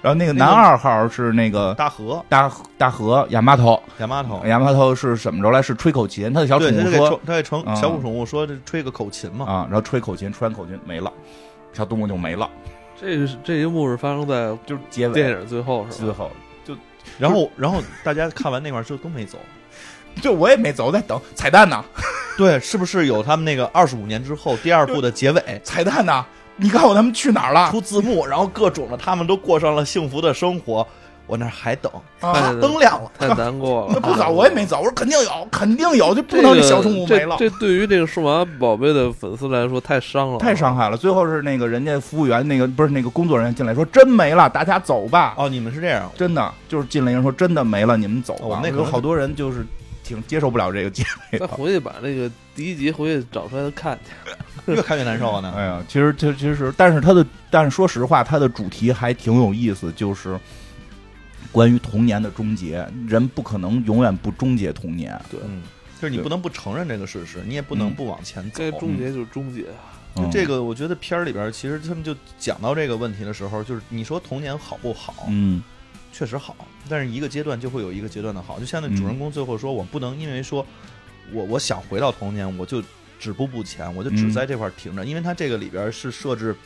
S2: 然后那个男二号是那个
S5: 大河
S2: 大大河亚麻头，
S5: 亚麻头，
S2: 亚麻头是怎么着来？是吹口琴，哎他的小宠
S5: 对，他
S2: 物
S5: 就给
S2: 说
S5: 宠他给宠
S2: 嗯
S5: 小宠物说这吹个口琴嘛，
S2: 啊，然后吹口琴，吹完口琴没了，小动物就没了，
S1: 这是这一幕是发生在
S2: 就是结尾
S1: 电影最后是
S2: 最
S1: 吧？
S2: 后。
S5: 然后然后大家看完那块儿之后都没走。
S2: 就我也没走，我在等彩蛋呢，
S5: 对，是不是有他们那个二十五年之后第二部的结尾
S2: 彩蛋呢？你告诉我他们去哪儿了？
S5: 出字幕，然后各种的他们都过上了幸福的生活，我那儿还等，
S1: 哎
S2: 啊，
S1: 对
S2: 灯亮了，
S1: 太难过了
S2: 那，不 早我也没走，我说肯定有，肯定有，就不
S1: 这
S2: 能
S1: 个
S2: 小动物没了。
S1: 这这对于这个数码宝贝的粉丝来说太伤了，啊
S2: 太伤害了。最后是那个人家服务员，那个不是那个工作人员进来说真没了，大家走吧。
S5: 哦，你们是这样，
S2: 真的就是进来人说真的没了，你们走吧。
S5: 哦那可能
S2: 有好多人就是挺接受不了这 个结尾
S1: 再
S2: 的。
S1: 回去把那个第一集回去找出来看去。
S5: 越看越难受啊呢。
S2: 哎呀，其实这其实，但是它的，但是说实话，它的主题还挺有意思，就是关于童年的终结。人不可能永远不终结童年，
S5: 嗯，就是你不能不承认这个事实，你也不能不往前走
S1: 该。终结就是终结，啊
S5: 就
S2: 嗯
S5: 这，个，我觉得片儿里边儿其实他们就讲到这个问题的时候，就是你说童年好不好，
S2: 嗯
S5: 确实好，但是一个阶段就会有一个阶段的好，就像那
S2: 嗯
S5: 主人公最后说，我不能因为说我我想回到童年，我就止步不前，我就只
S2: 嗯
S5: 在这块儿停着，因为他这个里边是设置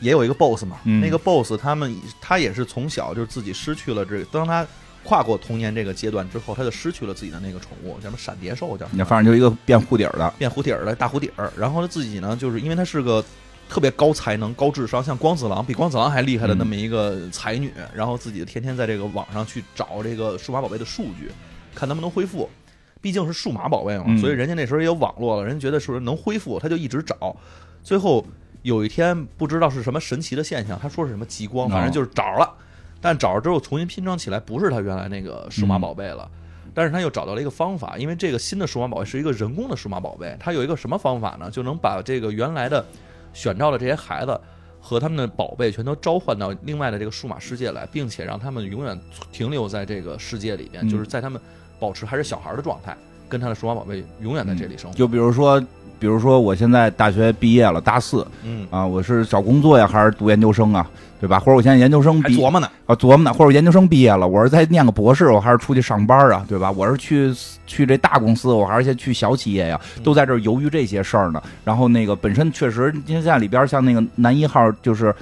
S5: 也有一个 BOSS 嘛，
S2: 嗯
S5: 那个 BOSS 他们他也是从小就是自己失去了这个，当他跨过童年这个阶段之后，他就失去了自己的那个宠物，叫什么闪蝶兽，叫什
S2: 你
S5: 么
S2: 反正就一个变护底儿的，
S5: 变蝴蝶儿的大蝴蝶儿，然后他自己呢，就是因为他是个特别高才能、高智商，像光子郎比光子郎还厉害的
S2: 嗯
S5: 那么一个才女，然后自己天天在这个网上去找这个数码宝贝的数据，看能不能恢复。毕竟是数码宝贝嘛，
S2: 嗯
S5: 所以人家那时候也有网络了，人家觉得是不是能恢复，他就一直找。最后有一天不知道是什么神奇的现象，他说是什么极光，
S2: 哦
S5: 反正就是找着了。但找着之后重新拼装起来，不是他原来那个数码宝贝了。但是他又找到了一个方法，因为这个新的数码宝贝是一个人工的数码宝贝，它有一个什么方法呢？就能把这个原来的选到的这些孩子和他们的宝贝全都召唤到另外的这个数码世界来，并且让他们永远停留在这个世界里边，
S2: 嗯
S5: 就是在他们保持还是小孩的状态，跟他的数码宝贝永远在这里生活。
S2: 就比如说，比如说我现在大学毕业了，大四
S5: 嗯，
S2: 啊，我是找工作呀，还是读研究生啊，对吧？或者我现在研究生
S5: 还
S2: 毕
S5: 琢磨呢，
S2: 啊琢磨呢，或者我研究生毕业了，我是再念个博士，我还是出去上班啊，对吧？我是去去这大公司，我还是先去小企业呀，
S5: 嗯
S2: 都在这儿犹豫这些事儿呢。然后那个本身确实，因为在里边儿像那个男一号，就是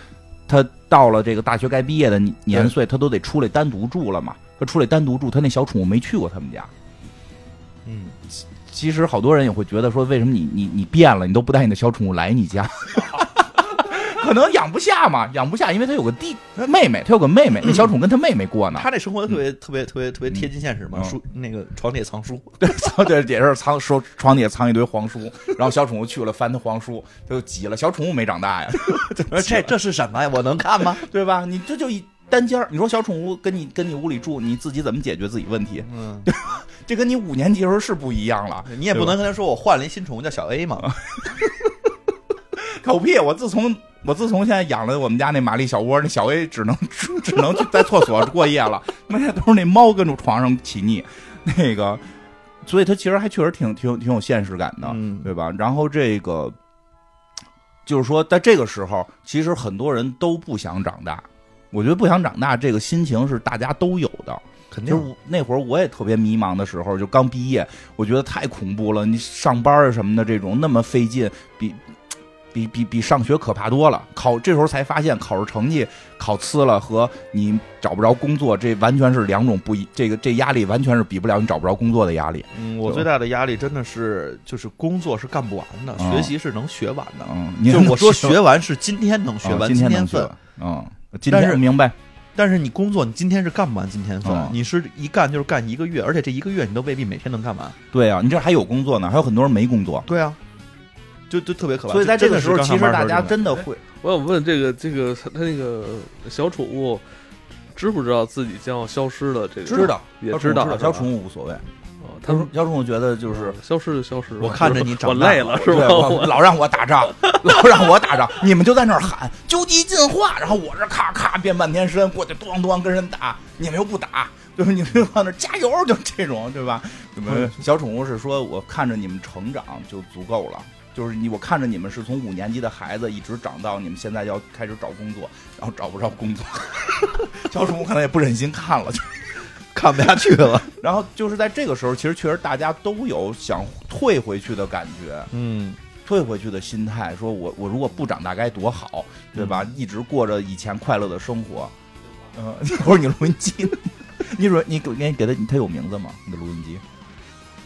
S2: 他到了这个大学该毕业的年年岁，他都得出来单独住了嘛。他出来单独住，他那小宠物没去过他们家。
S5: 嗯，
S2: 其实好多人也会觉得说，为什么你你你变了，你都不带你的小宠物来你家？ 可能养不下嘛，养不下，因为他有个弟妹妹，他有个妹妹，那小宠物跟他妹妹过呢。
S5: 他这生活特别、特别特别特别贴近现实嘛，
S2: 嗯
S5: 书那个床底下藏书，
S2: 然后这也是藏手床底下藏一堆黄书，然后小宠物去了翻他黄书，他就急了。小宠物没长大呀，
S5: 这这是什么呀？我能看吗？
S2: 对吧？你这就一单间儿，你说小宠物跟你跟你屋里住，你自己怎么解决自己问题？
S5: 嗯，
S2: 这跟你五年级时候是不一样了。
S5: 你也不能跟他说我换了一新宠物叫小 A 嘛，
S2: 狗屁！我自从我自从现在养了我们家那玛丽小窝，那小 A 只能只只能去在厕所过夜了，那现在都是那猫跟住床上起腻，那个，所以它其实还确实挺挺有挺有现实感的，
S5: 嗯
S2: 啊对吧？然后这个就是说，在这个时候，其实很多人都不想长大。我觉得不想长大这个心情是大家都有的，
S5: 肯
S2: 就是我那会儿我也特别迷茫的时候，就刚毕业，我觉得太恐怖了。你上班啊什么的这种那么费劲，比比比比上学可怕多了。考这时候才发现，考试成绩考次了和你找不着工作，这完全是两种不一。这个这压力完全是比不了你找不着工作的压力。
S5: 嗯，我
S2: 就
S5: 最大的压力真的是就是工作是干不完的，
S2: 嗯
S5: 学习是能学完的。
S2: 嗯，你
S5: 就是我说学完是今天能学
S2: 嗯
S5: 完，
S2: 今天能学
S5: 份，，
S2: 嗯，今
S5: 但
S2: 天
S5: 是
S2: 明白，
S5: 但是你工作你今天是干不完今天份
S2: 嗯，
S5: 你是一干就是干一个月，而且这一个月你都未必每天能干完。
S2: 对啊，你这还有工作呢，还有很多人没工作。
S5: 对啊，就就特别可怕。
S2: 所以在这
S5: 这
S2: 个时候，其实大家真的 会，
S1: 我想问这个这个他那个小宠物，知不知道自己将要消失了？这个
S2: 知道
S1: 也
S2: 小
S1: 知道
S2: 宠物
S1: 是吧
S2: 小宠物无所谓。
S1: 哦他
S2: 小
S1: 们
S2: 宠小宠物觉得就是
S1: 消失就消失吧，
S5: 我看着你
S1: 我
S5: 长大
S1: 累了是吧？
S2: 对，我老让我打仗，老让我打仗，你们就在那儿喊“究极进化”，然后我这咔咔变半天身，过去咣咣跟人打，你们又不打，就是你们就往那儿加油，嗯就这种，对吧？你们小宠物是说我看着你们成长就足够了，就是你我看着你们是从五年级的孩子一直长到你们现在要开始找工作，然后找不着工作。 小宠物可能也不忍心看了，就
S3: 看不下去了。
S2: 然后就是在这个时候，其实确实大家都有想退回去的感觉，
S3: 嗯，
S2: 退回去的心态，说我我如果不长大该多好，对吧？
S3: 嗯
S2: 一直过着以前快乐的生活。 嗯、一会儿你录音机呢，你说你给你给他他有名字吗？你的录音机，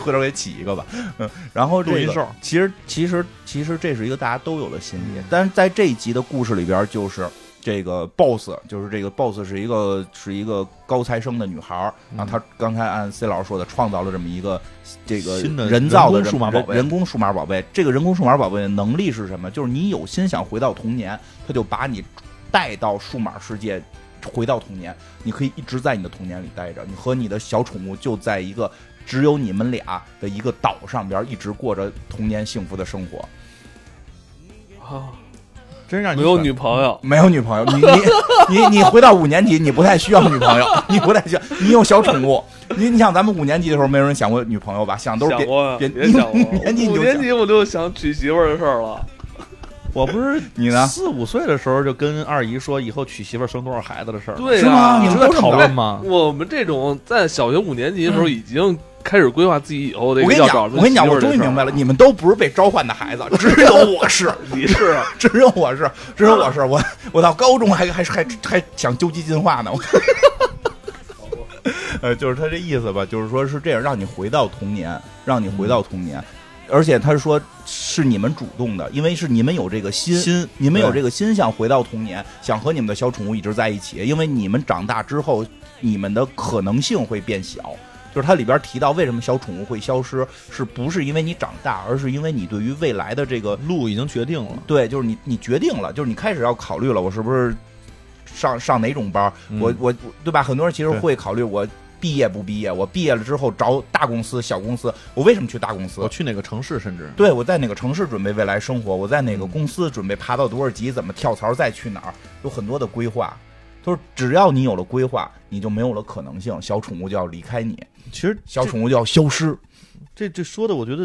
S2: 回头给起一个吧。嗯，然后
S3: 录
S2: 这
S3: 音
S2: 个
S3: 兽嗯
S2: 其实其实其实这是一个大家都有的心理，但是在这一集的故事里边，就是这个 boss，就是这个 boss 是一个是一个高材生的女孩儿，
S3: 嗯
S2: 然后她刚才按 C 老师说的，创造了这么一个这个
S3: 新的
S2: 人造的
S3: 人工数码宝贝
S2: 人人工数码宝贝。这个人工数码宝贝的能力是什么？就是你有心想回到童年，它就把你带到数码世界。回到童年，你可以一直在你的童年里待着，你和你的小宠物就在一个只有你们俩的一个岛上边，一直过着童年幸福的生活。
S1: 啊，
S3: 真让你
S1: 没有
S3: 选
S1: 女朋友，
S2: 没有女朋友，你你你你回到五年级，你不太需要女朋友，你不太需要，你有小宠物，你你想咱们五年级的时候，没有人想过女朋友吧？想都是
S1: 想
S2: 别
S1: 过吗？
S2: 别
S1: 别 想过，
S2: 五年级你
S1: 五
S2: 就
S1: 年级我就想娶媳妇儿的事儿了。
S3: 我不是
S2: 你呢
S3: 四五岁的时候就跟二姨说以后娶媳妇儿生多少孩子的事儿，
S1: 对啊
S2: 是
S1: 呀
S2: 吗，你
S3: 你
S2: 们都
S3: 知道
S2: 这么
S3: 讨论
S2: 着
S3: 吗？
S1: 我们这种在小学五年级的时候已经开始规划自己以后这
S2: 嗯
S1: 个
S2: 我跟你
S1: 要找
S2: 讲，
S1: 什
S2: 我
S1: 么
S2: 跟
S1: 媳
S2: 你讲，
S1: 妇
S2: 我
S1: 儿的
S2: 终于
S1: 事儿啊
S2: 明白了，你们都不是被召唤的孩子，只有我是，啊
S1: 你是
S2: 只有我是，只有我是。我我到高中还还还还想究极进化呢。我 呃，就是他这意思吧，就是说是这样，让你回到童年，让你回到童年。而且他说是你们主动的，因为是你们有这个心，
S3: 心
S2: 你们有
S3: 对
S2: 这个心想回到童年，想和你们的小宠物一直在一起，因为你们长大之后，你们的可能性会变小。就是它里边提到为什么小宠物会消失，是不是因为你长大，而是因为你对于未来的这个
S3: 路已经决定了，
S2: 对，就是你你决定了，就是你开始要考虑了，我是不是上上哪种班儿？
S3: 嗯
S2: 我我对吧？很多人其实
S3: 对
S2: 会考虑我毕业不毕业，我毕业了之后找大公司、小公司，我为什么去大公司
S3: 我？去哪个城市，甚至
S2: 对，我在哪个城市准备未来生活？我在哪个
S3: 嗯
S2: 公司准备爬到多少级？怎么跳槽？再去哪儿？有很多的规划。就是只要你有了规划，你就没有了可能性，小宠物就要离开你，
S3: 其实
S2: 小宠物就要消失。
S3: 这这说的，我觉得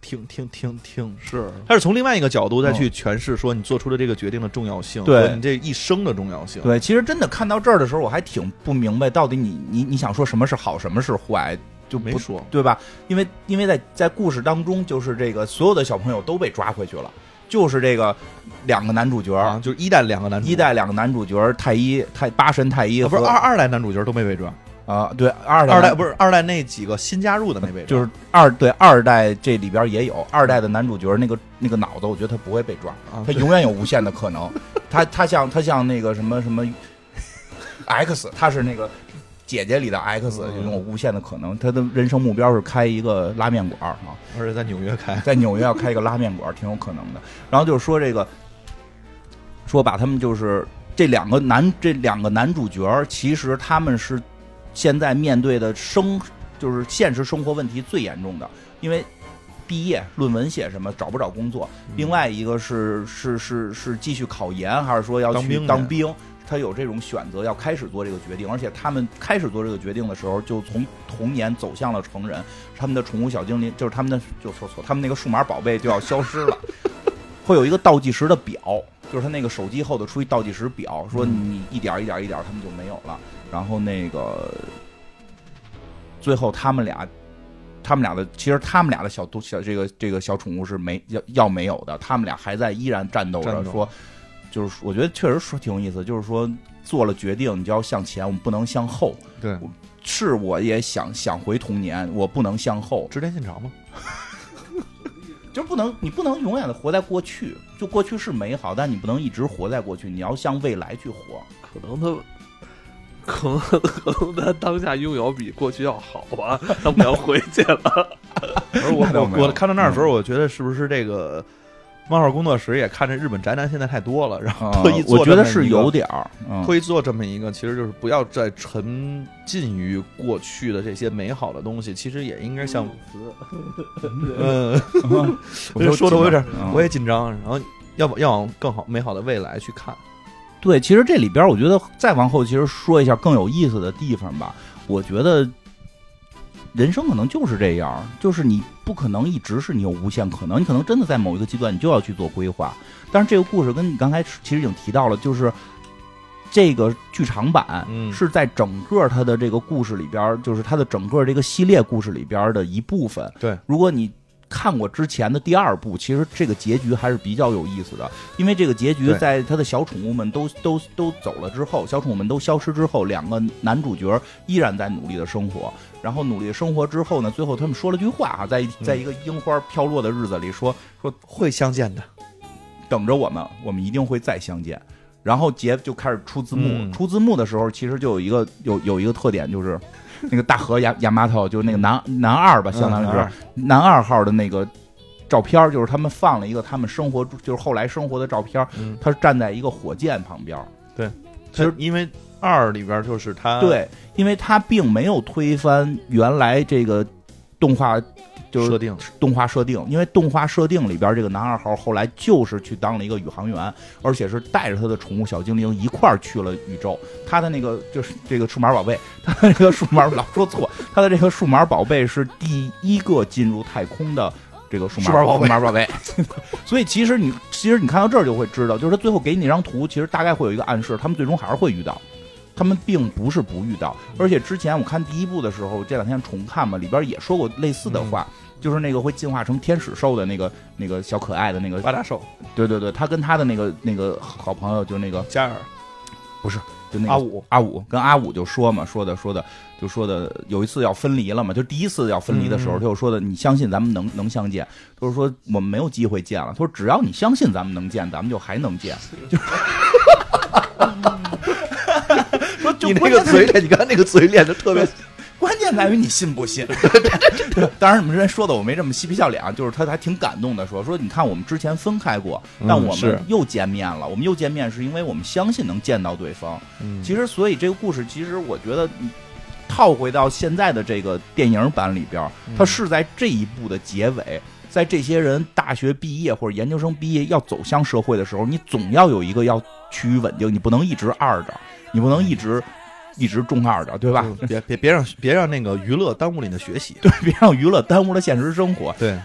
S3: 挺挺挺挺，
S1: 是
S3: 他是从另外一个角度再去诠释说你做出的这个决定的重要性，
S2: 嗯对
S3: 和你这一生的重要性。
S2: 对，其实真的看到这儿的时候，我还挺不明白，到底你你你想说什么是好，什么是坏，就
S3: 没
S2: 不
S3: 说，
S2: 对吧？因为因为在在故事当中，就是这个所有的小朋友都被抓回去了，就是这个两个男主角，
S3: 啊，就是一代两个男主，
S2: 一代两个男主角太一太八神太一
S3: 啊
S2: 和
S3: 不是二二代男主角都没被抓，
S2: 啊、对二代
S3: 二代
S2: 是
S3: 不是二代那几个新加入的没被抓，
S2: 就是二对二代这里边也有二代的男主角那个那个脑子，我觉得他不会被抓，
S3: 啊
S2: 他
S3: 对
S2: 永远有无限的可 能，他他像他像那个什么什么 X，他是那个。姐姐里的 X
S3: 嗯
S2: 拥有无限的可能，他的人生目标是开一个拉面馆儿啊，
S3: 而且在纽约开，
S2: 在纽约要开一个拉面馆，挺有可能的。然后就是说这个，说把他们就是这两个男这两个男主角儿，其实他们是现在面对的生就是现实生活问题最严重的，因为毕业、论文写什么，找不找工作，另外一个是是是是继续考研，还是说要
S3: 当
S2: 去
S3: 兵去
S2: 当兵？他有这种选择，要开始做这个决定，而且他们开始做这个决定的时候，就从童年走向了成人。他们的宠物小精灵就是他们的，就说错，他们那个数码宝贝就要消失了， 会有一个倒计时的表，就是他那个手机后头出一倒计时表，说你一点儿一点儿一点儿，他们就没有了。然后那个最后他们俩，他们俩的其实他们俩的小动小这个这个小宠物是没要要没有的，他们俩还在依然战斗着
S3: 战斗
S2: 说。就是我觉得确实说挺有意思，就是说做了决定，你就要向前，我们不能向后。
S3: 对，
S2: 是我也想想回童年，我不能向后，
S3: 直田信长嘛，
S2: 就是不能你不能永远的活在过去，就过去是美好，但你不能一直活在过去，你要向未来去活。
S1: 可能他。可能可能他当下拥有比过去要好吧， 他不想回去了。
S3: 而 我
S2: 那倒没有嗯
S3: 我我看到那儿的时候，我觉得是不是这个漫画工作室也看这日本宅男现在太多了，然后特意做
S2: 啊我觉
S3: 这
S2: 得
S3: 么
S2: 是
S3: 一个
S2: 有点儿，嗯，
S3: 推做这么一个，其实就是不要再沉浸于过去的这些美好的东西，其实也应该像，嗯，
S2: 就
S3: 说 的我有点，
S2: 嗯
S3: 我也紧张，然后要不要往更好美好的未来去看，
S2: 对，其实这里边儿我觉得再往后，其实说一下更有意思的地方吧。我觉得人生可能就是这样，就是你不可能一直是你有无限可能，你可能真的在某一个阶段你就要去做规划。但是这个故事跟你刚才其实已经提到了，就是这个剧场版
S5: 嗯
S2: 是在整个它的这个故事里边儿，就是它的整个这个系列故事里边儿的一部分。
S5: 对，
S2: 如果你看过之前的第二部，其实这个结局还是比较有意思的，因为这个结局
S5: 对
S2: 在他的小宠物们都都都走了之后，小宠物们都消失之后，两个男主角依然在努力的生活。然后努力生活之后呢，最后他们说了句话啊，在一在一个樱花飘落的日子里说说
S5: 会相见的，
S2: 等着我们，我们一定会再相见。然后杰就开始出字幕，
S5: 嗯
S2: 出字幕的时候，其实就有一个有有一个特点，就是那个大河亚亚麻头，就是那个男男二吧，相当于是、
S5: 嗯男二
S2: 男二号的那个照片儿，就是他们放了一个他们生活，就是后来生活的照片儿，
S5: 嗯，
S2: 他是站在一个火箭旁边儿。
S5: 其实因为二里边就是他，
S2: 对，因为他并没有推翻原来这个动画，就是
S5: 设定
S2: 动画设定，因为动画设定里边这个男二号后来就是去当了一个宇航员，而且是带着他的宠物小精灵一块儿去了宇宙。他的那个就是这个数码宝贝，他的这个数码老说错，他的这个数码宝贝是第一个进入太空的。这个数码
S5: 数码宝贝
S2: 数码宝贝，所以其实你其实你看到这儿就会知道，就是他最后给你那张图，其实大概会有一个暗示，他们最终还是会遇到，他们并不是不遇到。而且之前我看第一部的时候，这两天重看嘛，里边也说过类似的话，就是那个会进化成天使兽的那个那个小可爱的那个，
S5: 八大兽
S2: 对对对，他跟他的那个那个好朋友，就那个
S5: 加尔
S2: 就那个
S5: 阿五，
S2: 阿五跟阿五就说嘛，说的说的就说的，有一次要分离了嘛，就第一次要分离的时候，
S5: 嗯
S2: 他就说的，你相信咱们能能相见，就是说我们没有机会见了，他说只要你相信咱们能见，咱们就 还能 见，就是。说就
S5: 你那
S2: 关
S5: 个
S2: 键
S5: 嘴脸， 你刚才那个嘴脸就特别
S2: 关键在于你信不 信。当然，你们人说的我没这么嬉皮笑脸啊，就是他还挺感动的说说，你看我们之前分开过，
S5: 嗯
S2: 但我们
S5: 是
S2: 又见面了。我们又见面是因为我们相信能见到对方。
S5: 嗯
S2: 其实，所以这个故事，其实我觉得嗯套回到现在的这个电影版里边儿，
S5: 嗯
S2: 它是在这一部的结尾。在这些人大学毕业或者研究生毕业要走向社会的时候，你总要有一个要趋于稳定，你不能一直二着，你不能一直一直中二着，对吧？
S5: 嗯别别别让别让那个娱乐耽误你的学习。
S2: 对， 别让娱乐耽误了现实生活。
S5: 对，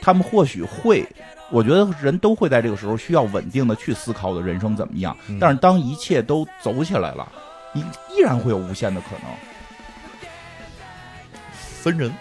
S2: 他们或许会，我觉得人都会在这个时候需要稳定的去思考我的人生怎么样。
S5: 嗯
S2: 但是当一切都走起来了，你依然会有无限的可能。
S5: 分人，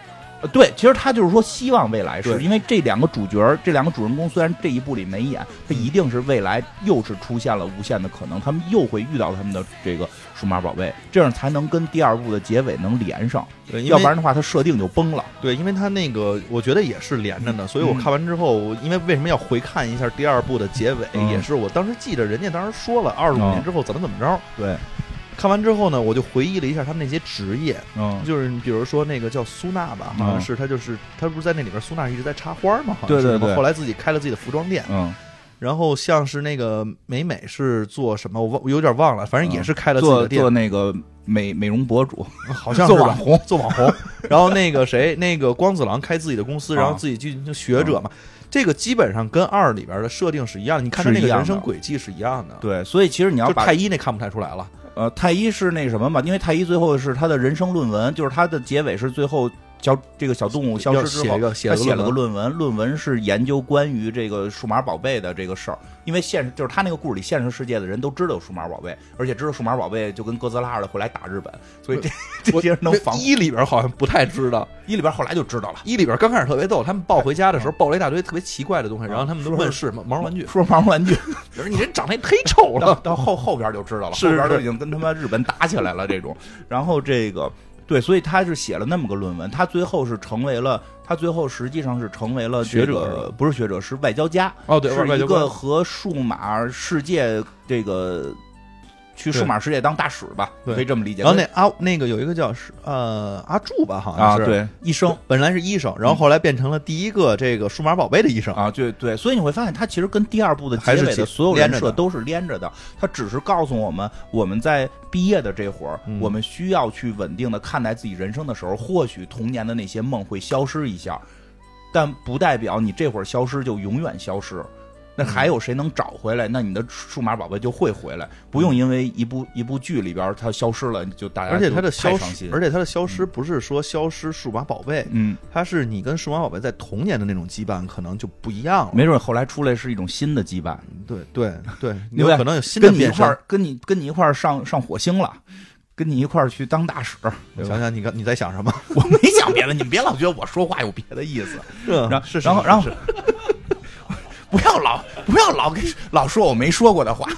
S2: 呃，对，其实他就是说希望未来是
S5: 对
S2: 因为这两个主角，这两个主人公虽然这一部里没演，
S5: 嗯
S2: 他一定是未来又是出现了无限的可能，他们又会遇到他们的这个数码宝贝，这样才能跟第二部的结尾能连上，
S5: 对，因为
S2: 要不然的话，它设定就崩了。
S5: 对，因为他那个我觉得也是连着呢，所以
S2: 嗯
S5: 我看完之后，我因为为什么要回看一下第二部的结尾，
S2: 嗯
S5: 也是我当时记着人家当时说了二十五
S2: 嗯
S5: 年之后怎么怎么着。
S2: 对，
S5: 看完之后呢，我就回忆了一下他们那些职业，
S2: 嗯，
S5: 就是你比如说那个叫苏娜吧，好像
S2: 嗯
S5: 是她就是她不是在那里边苏娜一直在插花嘛，好像
S2: 对
S5: 是
S2: 对
S5: 然后
S2: 对
S5: 后来自己开了自己的服装店，
S2: 嗯，
S5: 然后像是那个美美是做什么，我忘我有点忘了，反正也是开了自
S2: 嗯
S5: 己
S2: 做
S5: 的店
S2: 做，那个美美容博主，
S5: 好像是
S2: 做网
S5: 吧。
S2: 红，
S5: 做网 红，然后那个谁，那个光子郎开自己的公司，
S2: 啊
S5: 然后自己进行学者嘛，这个基本上跟二里边的设定是一样，你看他
S2: 是
S5: 那个
S2: 一样
S5: 人生
S2: 的
S5: 轨迹是一样的，
S2: 对，所以其实你要
S5: 就
S2: 把
S5: 太一那看不太出来了，
S2: 呃太一是那什么嘛，因为太一最后是他的人生论文，就是他的结尾是最后小这个小动物消
S5: 要
S2: 失之
S5: 写一
S2: 后。
S5: 个写
S2: 他写
S5: 了
S2: 了个
S5: 个
S2: 论文，论文是研究关于这个数码宝贝的这个事儿，因为现实就是他那个故事里，现实世界的人都知道有数码宝贝，而且知道数码宝贝就跟哥斯拉似的会来打日本，所以这这些人能防。
S5: 一里边好像不太知道，
S2: 一里边后来就知道了，
S5: 一里边刚开始特别逗，他们抱回家的时候抱了一大堆特别奇怪
S2: 啊
S5: 的东西，然后他们都问是毛绒玩具，
S2: 说毛绒玩具，
S5: 比如说你人长得也忒丑
S2: 到
S5: 了，
S2: 到后后边就知道了，
S5: 是
S2: 后边都
S5: 是
S2: 已经跟他妈日本打起来了这种。然后这个对，所以他是写了那么个论文，他最后是成为了，他最后实际上是成为了这
S5: 学者
S2: 个
S5: 是
S2: 不是学者，是外交家，
S5: 哦对，
S2: 是一
S5: 官
S2: 个和数码世界这个去
S5: 对
S2: 数码世界当大使吧，
S5: 对
S2: 可以这么理解。
S5: 然后那阿那个有一个叫是呃阿柱吧，好像
S2: 啊
S5: 是
S2: 对
S5: 医生，本来是医生，然后后来变成了第一个这个数码宝贝的医生。
S2: 啊，对对，所以你会发现，它其实跟第二部的结
S5: 还是
S2: 尾的
S5: 结
S2: 所有
S5: 连
S2: 人
S5: 着
S2: 设
S5: 的
S2: 都是连着的。它只是告诉我们，我们在毕业的这会儿，
S5: 嗯
S2: 我们需要去稳定的看待自己人生的时候，或许童年的那些梦会消失一下，但不代表你这会儿消失就永远消失。那
S5: 嗯
S2: 还有谁能找回来？那你的数码宝贝就会回来，不用因为一部一部剧里边它消失了，就大家
S5: 而且
S2: 就
S5: 它的
S2: 太
S5: 消
S2: 伤
S5: 失
S2: 心，
S5: 而且它的消失不是说消失数码宝贝，
S2: 嗯，
S5: 它是你跟数码宝贝在童年的那种羁绊可能就不一样了。
S2: 没准后来出来是一种新的羁绊，
S5: 对对对，
S2: 对
S5: 你有
S2: 不对
S5: 可能有新的
S2: 跟你一
S5: 变
S2: 块
S5: 身。
S2: 儿，跟你跟你一块儿上上火星了，跟你一块儿去当大使。 对吧
S5: 想想你刚你在想 什么？
S2: 我没想别的，你们别老觉得我说话有别的意思。然后
S5: 嗯是是
S2: 然后
S5: 是
S2: 然后不要老不要老跟老说我没说过的话。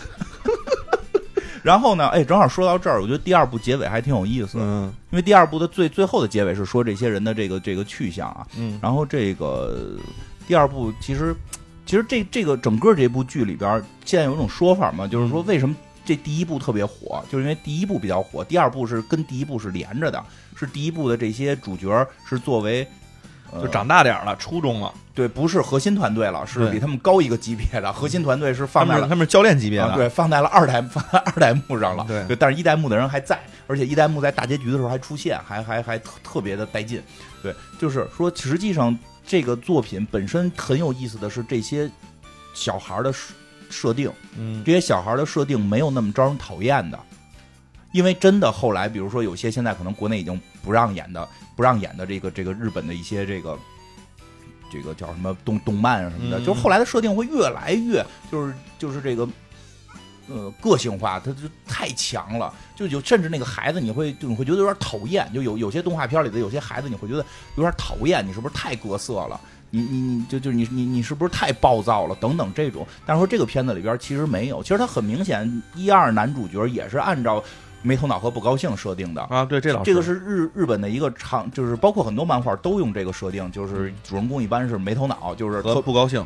S2: 然后呢？哎，正好说到这儿，我觉得第二部结尾还挺有意思，
S5: 嗯
S2: 因为第二部的最最后的结尾是说这些人的这个这个去向啊。
S5: 嗯
S2: 然后这个第二部其实，其实这这个整个这部剧里边儿，现在有一种说法嘛，就是说为什么这第一部特别火，就是因为第一部比较火，第二部是跟第一部是连着的，是第一部的这些主角儿是作为。呃
S5: 就长大点儿了，初中了，
S2: 对，不是核心团队了，是
S5: 对
S2: 比他们高一个级别的。核心团队是
S5: 他
S2: 放在
S5: 们是
S2: 了
S5: 他们是教练级别
S2: 啊
S5: 的，
S2: 对，放在了二代放在 二代目上了。
S5: 对
S2: 但是一代目的人还在，而且一代目在大结局的时候还出现，还还还特特别的带劲。对，就是说，实际上这个作品本身很有意思的是这些小孩儿的设设定，
S5: 嗯，
S2: 这些小孩儿的设定没有那么招人讨厌的。因为真的后来，比如说有些现在可能国内已经不让演的，不让演的这个这个日本的一些这个这个叫什么动动漫啊什么的，
S5: 嗯
S2: 就是后来的设定会越来越就是就是这个呃个性化，它就太强了，就有甚至那个孩子你会就你会觉得有点讨厌，就有有些动画片里的有些孩子你会觉得有点讨厌，你是不是太各色了？你你你就就你你你是不是太暴躁了？等等这种，但是说这个片子里边其实没有，其实它很明显，一二男主角也是按照没头脑和不高兴设定的。
S5: 啊，对，这老师
S2: 这个是日日本的一个常，就是包括很多漫画都用这个设定，就是主人公一般是没头脑，就是
S5: 嗯和
S2: 特
S5: 不高兴，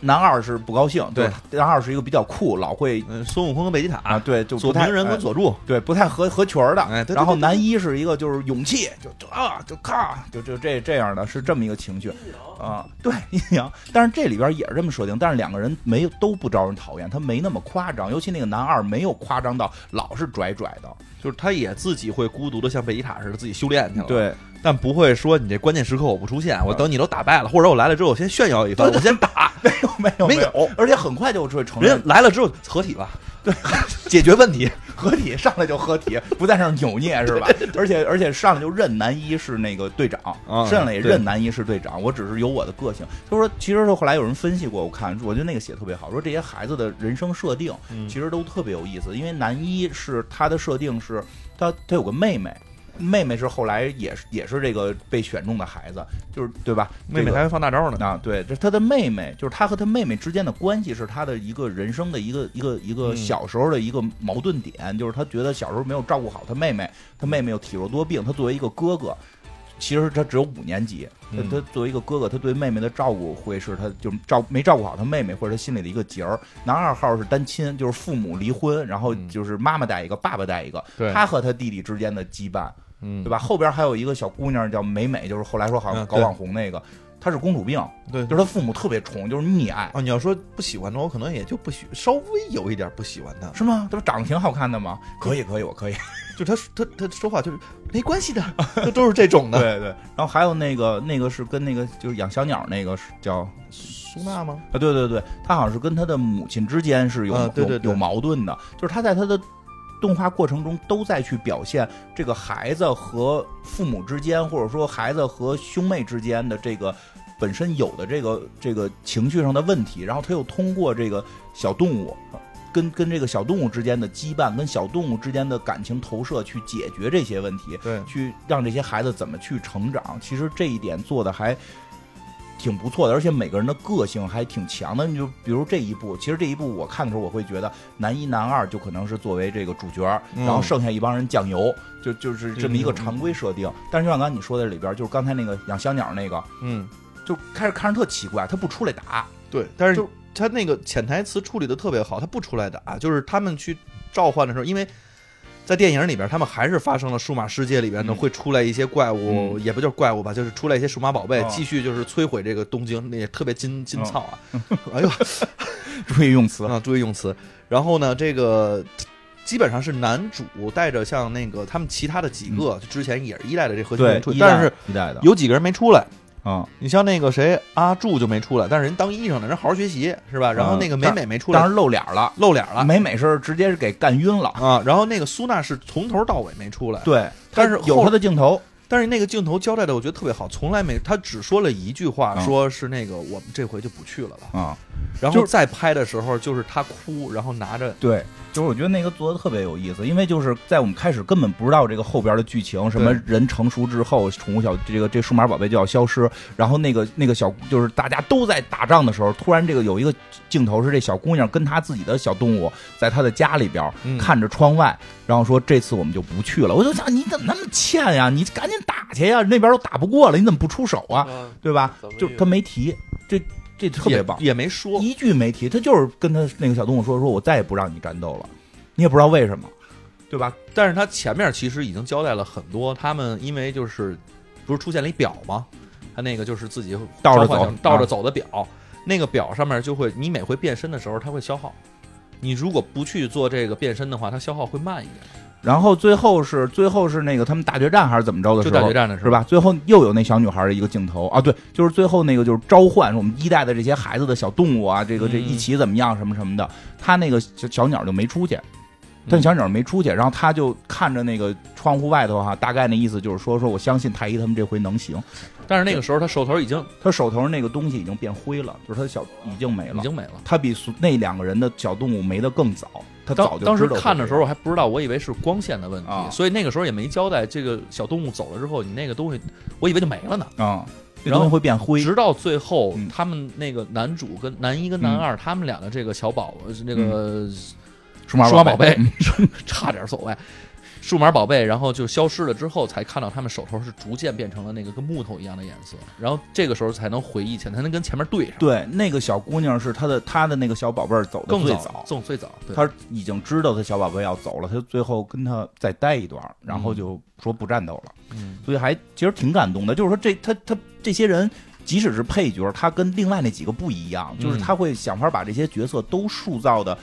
S2: 男二是不高兴，
S5: 对，
S2: 男二是一个比较酷，老会
S5: 嗯，孙悟空跟贝吉
S2: 啊，
S5: 塔，
S2: 对，就
S5: 左
S2: 不太
S5: 平人
S2: 哎
S5: 跟佐助，
S2: 对，不太合合群儿的。
S5: 哎对对
S2: 然后
S5: 对对
S2: 男一是一个就是勇气，就就啊，就咔，就就这这样的，是这么一个情绪啊。 对，阴阳。但是这里边也是这么设定，但是两个人没有都不招人讨厌，他没那么夸张，尤其那个男二没有夸张到老是拽拽的。
S5: 就是他也自己会孤独的像贝吉塔似的自己修炼去了，，
S2: 对，啊
S5: 但不会说你这关键时刻我不出现，我等你都打败了，或者我来了之后我先炫耀一番，
S2: 对对
S5: 我先打，
S2: 没有没有
S5: 没
S2: 有，
S5: 有，
S2: 而且很快就会承认
S5: 人家来了之后合体吧，对， 解决问题，
S2: 合体上来就合体，不在那儿扭捏 是吧？而且而且上来就认男一是那个队长，
S5: 啊
S2: 上来也
S5: 对
S2: 认男一是队长。我只是有我的个性。他说，其实后来有人分析过，我看我觉得那个写得特别好，说这些孩子的人生设定
S5: 嗯
S2: 其实都特别有意思，因为男一是他的设定是他他有个妹妹。妹妹是后来也是也是这个被选中的孩子，就是对吧？
S5: 妹
S2: 这
S5: 妹
S2: 个
S5: 还会放大招呢，
S2: 啊，对，这是他的妹妹，就是他和他妹妹之间的关系是他的一个人生的一个一个一个
S5: 嗯
S2: 小时候的一个矛盾点，就是他觉得小时候没有照顾好他妹妹，他妹妹又体弱多病，他作为一个哥哥。其实他只有五年级，他
S5: 嗯
S2: 他作为一个哥哥，他对妹妹的照顾会是他就照没照顾好他妹妹，或者他心里的一个结儿。男二号是单亲，就是父母离婚，然后
S5: 嗯
S2: 就是妈妈带一个，爸爸带一个，
S5: 对
S2: 他和他弟弟之间的羁绊，
S5: 嗯
S2: 对，吧？后边还有一个小姑娘叫美美，就是后来说好像
S5: 嗯
S2: 搞
S5: 对
S2: 网红那个，她是公主病，
S5: 对
S2: 就是她父母特别宠，就是溺爱，
S5: 啊，你要说不喜欢他，我可能也就不喜，稍微有一点不喜欢他。
S2: 是吗？她不长得挺好看的吗？可以，可以，我可以。
S5: 就他他他说话就是没关系的， 就都是这种的。
S2: 对对。然后还有那个那个是跟那个就是养小鸟那个是叫啊，
S5: 苏娜吗？
S2: 对对对，她好像是跟她的母亲之间是有、
S5: 啊对对
S2: 有
S5: 对
S2: 有矛盾的，就是她在她的。动画过程中都在去表现这个孩子和父母之间，或者说孩子和兄妹之间的这个本身有的这个这个情绪上的问题，然后他又通过这个小动物，呃跟跟这个小动物之间的羁绊，跟小动物之间的感情投射去解决这些问题，
S5: 对
S2: 去让这些孩子怎么去成长。其实这一点做的还挺不错的，而且每个人的个性还挺强的。你就比如这一部，其实这一部我看的时候，我会觉得男一、男二就可能是作为这个主角，
S5: 嗯
S2: 然后剩下一帮人酱油，就就是这么一个
S5: 嗯
S2: 常规设定。但是就像刚才你说的里边，就是刚才那个养小鸟那个，
S5: 嗯，
S2: 就开始看着特奇怪，他不出来打，
S5: 对。但是
S2: 就
S5: 他那个潜台词处理的特别好，他不出来的啊，就是他们去召唤的时候，因为。在电影里边，他们还是发生了数码世界里边呢，
S2: 嗯
S5: 会出来一些怪物，也不叫怪物吧，就是出来一些数码宝贝，
S2: 啊
S5: 继续就是摧毁这个东京，那也特别金
S2: 嗯
S5: 金操啊！哎呦，
S2: 注意用词。
S5: 啊，注意用词。然后呢，这个基本上是男主带着像那个他们其他的几个，就之前也是一代的这核心
S2: 嗯
S5: 人
S2: 对
S5: 出，去，
S2: 一代
S5: 但是
S2: 一代的
S5: 有几个人没出来。
S2: 嗯，
S3: 你像那个谁阿柱就没出来，但是人当医生的人好好学习是吧？然后那个美美没
S2: 嗯
S3: 出
S2: 当
S3: 来，
S2: 时露脸了，
S3: 露脸了
S2: 美美是直接是给干晕了。
S3: 啊。然后那个苏娜是从头到尾没出来，
S2: 对，
S3: 但是
S2: 有
S3: 后
S2: 他的镜头，
S3: 但是那个镜头交代的我觉得特别好，从来没他只说了一句话，
S2: 嗯
S3: 说是那个我们这回就不去了吧。
S2: 啊，
S3: 然
S2: 就
S3: 后
S2: 是
S3: 再拍的时候就是他哭，然后拿着
S2: 对，就是我觉得那个做的特别有意思，因为就是在我们开始根本不知道这个后边的剧情，什么人成熟之后，宠物小这个这数码宝贝就要消失，然后那个那个小就是大家都在打仗的时候，突然这个有一个镜头是这小姑娘跟她自己的小动物在她的家里边、
S3: 嗯
S2: 看着窗外，然后说这次我们就不去了。我就想你怎么那么欠呀、你赶紧打去呀、那边都打不过了，你怎么不出手啊？
S1: 啊，
S2: 对吧
S1: 怎么？
S2: 就是他没提，这这特别棒。
S3: 也也没说，
S2: 一句没提，他就是跟他那个小动物说：“说我再也不让你战斗了。”你也不知道为什么，对吧？
S3: 但是他前面其实已经交代了很多，他们因为就是不是出现了一表吗？他那个就是自己
S2: 倒着
S3: 召唤
S2: 走
S3: 成倒着
S2: 啊
S3: 走的表，那个表上面就会你每回变身的时候它会消耗，你如果不去做这个变身的话，它消耗会慢一点。
S2: 然后最后是最后是那个他们大决战还是怎么着的时
S3: 就
S2: 候，
S3: 大决战的时
S2: 是
S3: 候，
S2: 吧？最后又有那小女孩的一个镜头啊，对，就是最后那个就是召唤我们一代的这些孩子的小动物啊，这个这
S3: 嗯
S2: 一起怎么样什么什么的，他那个小小鸟就没出去，
S3: 嗯
S2: 但小鸟没出去，然后他就看着那个窗户外头哈、大概那意思就是说说我相信太一他们这回能行，
S3: 但是那个时候他手头已经
S2: 他手头上那个东西已经变灰了，就是他的小已经没了，
S3: 已经没了。
S2: 他比苏那两个人的小动物没得更早，他早
S3: 当
S2: 就
S3: 当时
S2: 知道
S3: 看的时候
S2: 会
S3: 我还不知道，我以为是光线的问题，
S2: 啊
S3: 所以那个时候也没交代这个小动物走了之后，你那个东西我以为就没了呢。
S2: 这样，嗯，这
S3: 然后
S2: 东西会变灰，
S3: 直到最后
S2: 嗯，
S3: 他们那个男主跟男一跟男
S5: 嗯
S3: 二，他们俩的这个小宝，呃那个
S2: 数码
S3: 数码宝
S2: 贝
S3: 贝， 差点所谓，数码宝贝，然后就消失了之后，才看到他们手头是逐渐变成了那个跟木头一样的颜色，然后这个时候才能回忆起来，才能跟前面对上。
S2: 对，那个小姑娘是他的他的那个小宝贝儿走的
S3: 更
S2: 最
S3: 早，更最早，对
S2: 他已经知道他小宝贝要走了，他最后跟他再待一段，然后就说不战斗了，
S3: 嗯
S2: 所以还其实挺感动的，就是说这他他这些人。即使是配角，他跟另外那几个不一样，就是
S3: 嗯
S2: 他会想法把这些角色都塑造的，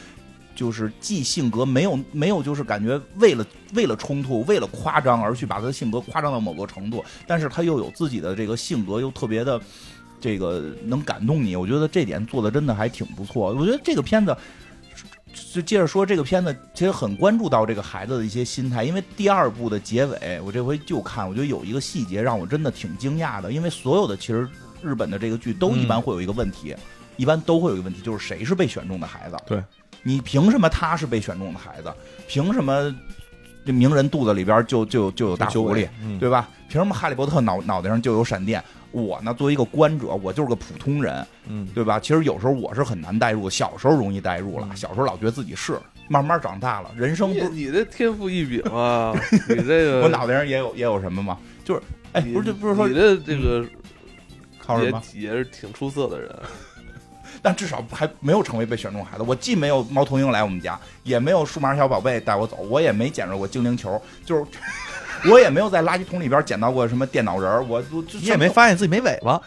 S2: 就是既性格没有没有，就是感觉为了为了冲突、为了夸张而去把他的性格夸张到某个程度，但是他又有自己的这个性格，又特别的这个能感动你。我觉得这点做的真的还挺不错。我觉得这个片子。就接着说，这个片子其实很关注到这个孩子的一些心态，因为第二部的结尾，我这回就看，我觉得有一个细节让我真的挺惊讶的，因为所有的其实日本的这个剧都一般
S3: 嗯
S2: 会有一个问题，一般都会有一个问题，就是谁是被选中的孩子？
S3: 对，
S2: 你凭什么他是被选中的孩子？凭什么这名人肚子里边就就就有大狐狸？
S3: 嗯，
S2: 对吧？凭什么哈利波特脑脑袋上就有闪电？我呢，作为一个观者，我就是个普通人，
S3: 嗯，
S2: 对吧？其实有时候我是很难代入，小时候容易代入了，
S3: 嗯
S2: 小时候老觉得自己是，慢慢长大了，人生
S1: 你
S2: 不是
S1: 你这天赋异禀 啊，你这个
S3: 呃
S2: 我脑袋上也有也有什么吗？就是，哎，
S1: 你
S2: 不是不是说嗯
S1: 你的这个
S2: 靠什么？
S1: 也也是挺出色的人，
S2: 但至少还没有成为被选中的孩子。我既没有猫头鹰来我们家，也没有数码小宝贝带我走，我也没捡着过精灵球，就是 我也没有在垃圾桶里边捡到过什么电脑人儿，我我
S3: 你也没发现自己没尾巴，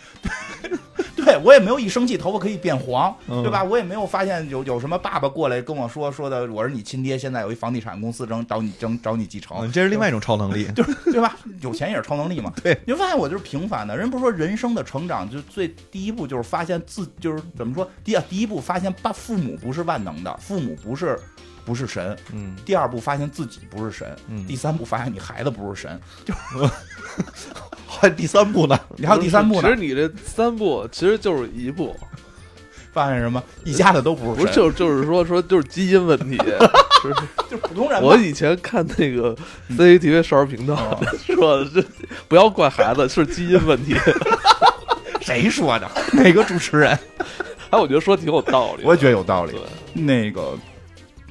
S2: 对我也没有一生气头发可以变黄，
S3: 嗯
S2: 对吧？我也没有发现有有什么爸爸过来跟我说说的，我是你亲爹，现在有一房地产公司正找你正找你继承，
S3: 嗯，这是另外一种超能力。
S2: 对吧？有钱也是超能力嘛。
S3: 对，
S2: 你就发现我就是平凡的人，不是说人生的成长就最第一步就是发现自就是怎么说第啊第一步发现爸父母不是万能的，父母不是不是神，
S3: 嗯
S2: 第二步发现自己不是神，
S3: 嗯
S2: 第三步发现你孩子不是神，
S3: 还有第三步呢，
S2: 你还有第三步
S1: 其实，
S2: 呢
S1: 你这三步其实就是一步，
S2: 发现什么一家子都不是
S1: 不
S2: 神，
S1: 是就就是说说就是基因问 题。就是
S2: 就普通人嘛。
S1: 我以前看那个 CCTV 少儿频道
S2: 嗯哦
S1: 说，这不要怪孩子，是基因 问题。
S2: 谁说的？ 哪个主持人？
S1: 哎，我觉得说挺有道理的。
S2: 我也觉得有道理。
S1: 对
S2: 那个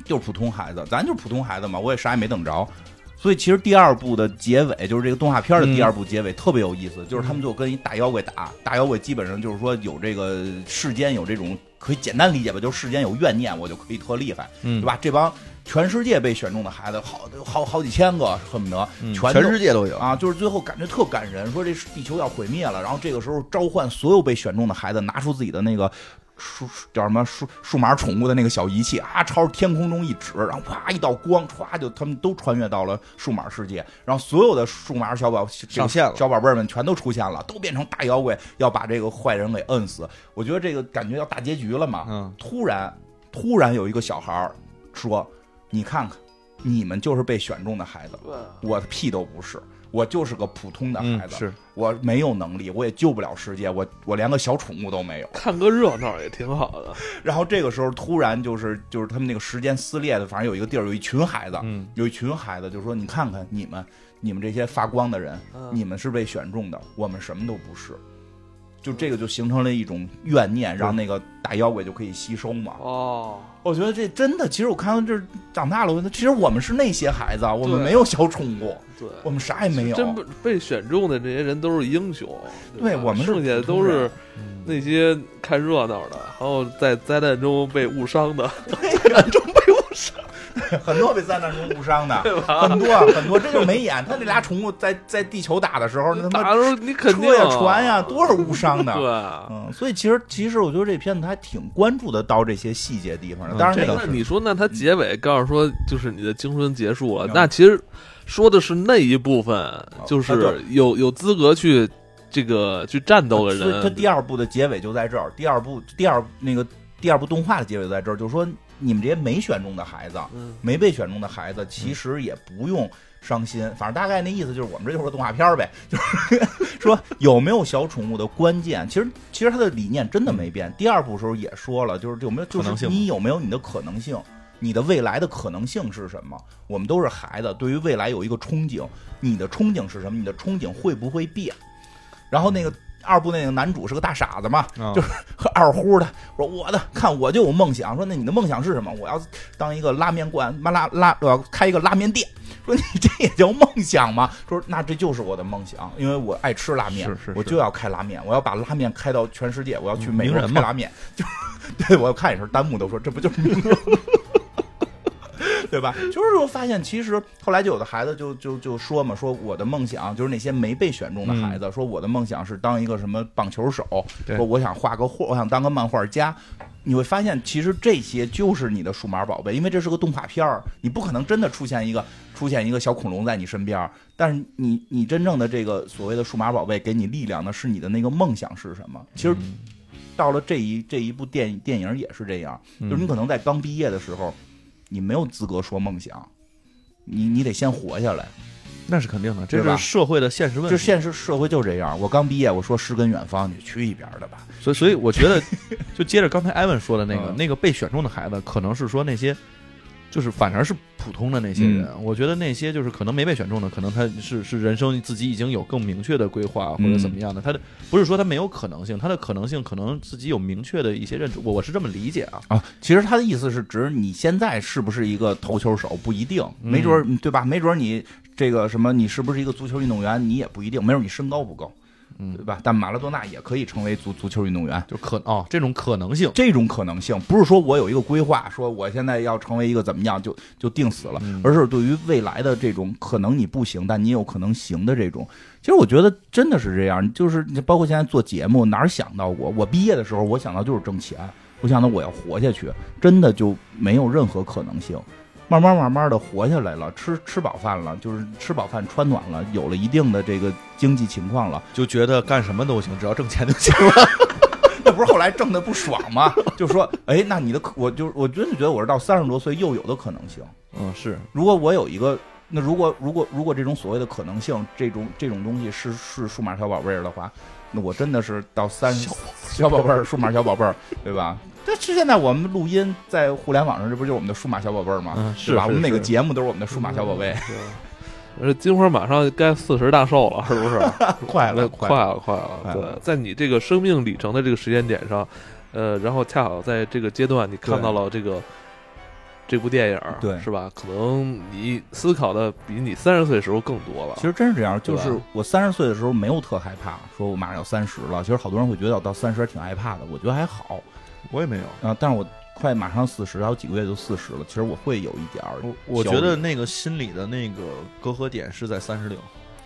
S2: 就是普通孩子，咱就是普通孩子嘛，我也啥也没等着。所以其实第二部的结尾，就是这个动画片的第二部结尾、特别有意思，就是他们就跟一大妖怪打，大妖怪基本上就是说有这个世间有这种可以简单理解吧，就是世间有怨念，我就可以特厉害，
S3: 嗯
S2: 对吧？这帮全世界被选中的孩子，好好好几千个，恨不得全都
S3: 全世界都有。
S2: 啊，就是最后感觉特感人，说这地球要毁灭了，然后这个时候召唤所有被选中的孩子，拿出自己的那个数叫什么数数码宠物的那个小仪器啊，朝着天空中一指，然后啪一道光，歘就他们都穿越到了数码世界，然后所有的数码小宝
S3: 上线了
S2: 小宝贝儿们全都出现了，都变成大妖怪，要把这个坏人给摁死。我觉得这个感觉要大结局了嘛。
S3: 嗯，
S2: 突然，突然有一个小孩儿说：“你看看，你们就是被选中的孩子，我屁都不是，我就是个普通的孩
S3: 嗯
S2: 子，
S3: 是
S2: 我没有能力，我也救不了世界，我我连个小宠物都没有。”
S1: 看个热闹也挺好的。
S2: 然后这个时候突然就是就是他们那个时间撕裂的，反正有一个地儿有一群孩子，
S3: 嗯
S2: 有一群孩子就说：“你看看你们，你们这些发光的人，
S1: 嗯
S2: 你们是被选中的，我们什么都不是。”就这个就形成了一种怨念，让那个大妖怪就可以吸收嘛。
S1: 哦，
S2: 我觉得这真的，其实我看到这儿长大了，我觉得其实我们是那些孩子，啊我们
S1: 对啊
S2: 没有小宠物，
S1: 对，
S2: 我们啥也没有。
S1: 真被被选中的这些人都是英雄，
S2: 对
S1: 吧
S2: 我们是
S1: 剩下的
S2: 普
S1: 都
S2: 通
S1: 是
S2: 人
S1: 那些看热闹的，还有在灾难中被误伤的，
S2: 很多被灾难中误伤的，很多啊很多，这就是没演。他那俩宠物在在地球打的时候，那他
S1: 打
S2: 妈
S1: 的时候你肯定啊
S2: 车呀、船呀，多少误 伤
S1: 对
S2: 的。
S1: 啊。
S2: 嗯，所以其实其实我觉得这片子还挺关注的到这些细节地方的。
S3: 嗯
S2: 当然
S3: 这
S2: 那
S3: 倒
S2: 个
S1: 那
S3: 是
S1: 你说，那他结尾告诉说，就是你的青春结束了
S2: 嗯，
S1: 那其实说的是那一部分，就
S2: 啊
S1: 是
S2: 对啊
S1: 有有资格去这个去战斗的
S2: 所以他
S1: 人，
S2: 第二部的结尾就在这儿，第二部第二那个第二部动画的结尾就在这儿，就是说你们这些没选中的孩子，
S1: 嗯，
S2: 没被选中的孩子，其实也不用伤心。反正大概那意思就是，我们这就是个动画片儿呗， 就是说有没有小宠物的关键。其实其实他的理念真的没变。第二部时候也说了，就是有没有就
S3: 嗯可能
S2: 是
S3: 性
S2: 你有没有你的可能性。你的未来的可能性是什么？我们都是孩子，对于未来有一个憧憬。你的憧憬是什么？你的憧憬会不会变？然后那个二部那个男主是个大傻子嘛，
S3: 啊
S2: 就是和二乎的说我的看我就有梦想，说那你的梦想是什么？我要当一个拉面馆，拉拉拉，我要开一个拉面店。说你这也叫梦想吗？说那这就是我的梦想，因为我爱吃拉面，
S3: 是是是嗯
S2: 我就要开拉面，我要把拉面开到全世界，我要去美
S3: 名
S2: 国
S3: 人
S2: 开
S3: 嘛
S2: 拉面。就 对我要看也是弹幕都说这不就是名人吗？对吧？就是说发现，其实后来就有的孩子就就就说嘛，说我的梦想就是那些没被选中的孩子，说我的梦想是当一个什么棒球手，
S3: 对
S2: 说我想画个画，我想当个漫画家。你会发现，其实这些就是你的数码宝贝，因为这是个动画片儿，你不可能真的出现一个出现一个小恐龙在你身边儿。但是你你真正的这个所谓的数码宝贝给你力量的是你的那个梦想是什么？其实到了这一这一部电电影也是这样，就是你可能在刚毕业的时候，你没有资格说梦想，你你得先活下来。
S3: 那是肯定的，这
S2: 对吧
S3: 是社会的现实问
S2: 就
S3: 题。
S2: 现实社会就这样。我刚毕业，我说诗跟远方，你去一边儿的吧。
S3: 所以，所以我觉 得，就接着刚才艾文说的那个，
S2: 嗯
S3: 那个被选中的孩子，可能是说那些，就是反而是普通的那些人。我觉得那些就是可能没被选中的，可能他是是人生自己已经有更明确的规划或者怎么样的。他的不是说他没有可能性，他的可能性可能自己有明确的一些认知。我我是这么理解啊。
S2: 啊，其实他的意思是指你现在是不是一个投球手不一定，没准儿嗯对吧？没准儿你这个什么，你是不是一个足球运动员，你也不一定，没准儿你身高不够，
S3: 嗯
S2: 对吧？但马拉多纳也可以成为足足球运动员。
S3: 就可哦，这种可能性，
S2: 这种可能性不是说我有一个规划，说我现在要成为一个怎么样就就定死了，
S3: 嗯
S2: 而是对于未来的这种可能你不行，但你有可能行的这种。其实我觉得真的是这样，就是你包括现在做节目，哪儿想到过？我毕业的时候，我想到就是挣钱，我想到我要活下去，真的就没有任何可能性。慢慢慢慢的活下来了，吃吃饱饭了，就是吃饱饭穿暖了，有了一定的这个经济情况了，
S3: 就觉得干什么都行，只要挣钱就行了。
S2: 那不是后来挣的不爽吗？就说，哎，那你的可，我就我真的觉得我是到三十多岁又有的可能性。
S3: 嗯，是
S2: 如果我有一个，那如果如果如果这种所谓的可能性，这种这种东西是是数码小宝贝儿的话，那我真的是到三十小宝贝儿，数码小宝贝儿，对吧？这是现在我们录音在互联网上，这不就是我们的数码小宝贝儿吗？
S3: 嗯
S2: 对
S3: 是
S2: 吧？
S3: 是
S2: 我们每个
S3: 是
S2: 节目都是我们的数码小宝贝。
S1: 嗯对。而且金花马上该四十大寿了，是 不是？
S2: 快
S1: 那
S2: 了，
S1: 快了，
S2: 了，
S1: 快了。
S2: 快了
S1: 对，在你这个生命里程的这个时间点上，呃，然后恰好在这个阶段，你看到了这个这部电影，
S2: 对
S1: 是吧？可能你思考的比你三十岁时候更多了。
S2: 其实真是这样，
S1: 对
S2: 就
S1: 吧
S2: 是我三十岁的时候没有特害怕，说我马上要三十了。其实好多人会觉得我到三十还挺害怕的，我觉得还好。
S3: 我也没有。
S2: 啊，但是我快马上四十，还有几个月就四十了，其实我会有一点儿焦虑，
S3: 我我觉得那个心理的那个隔阂点是在三十六，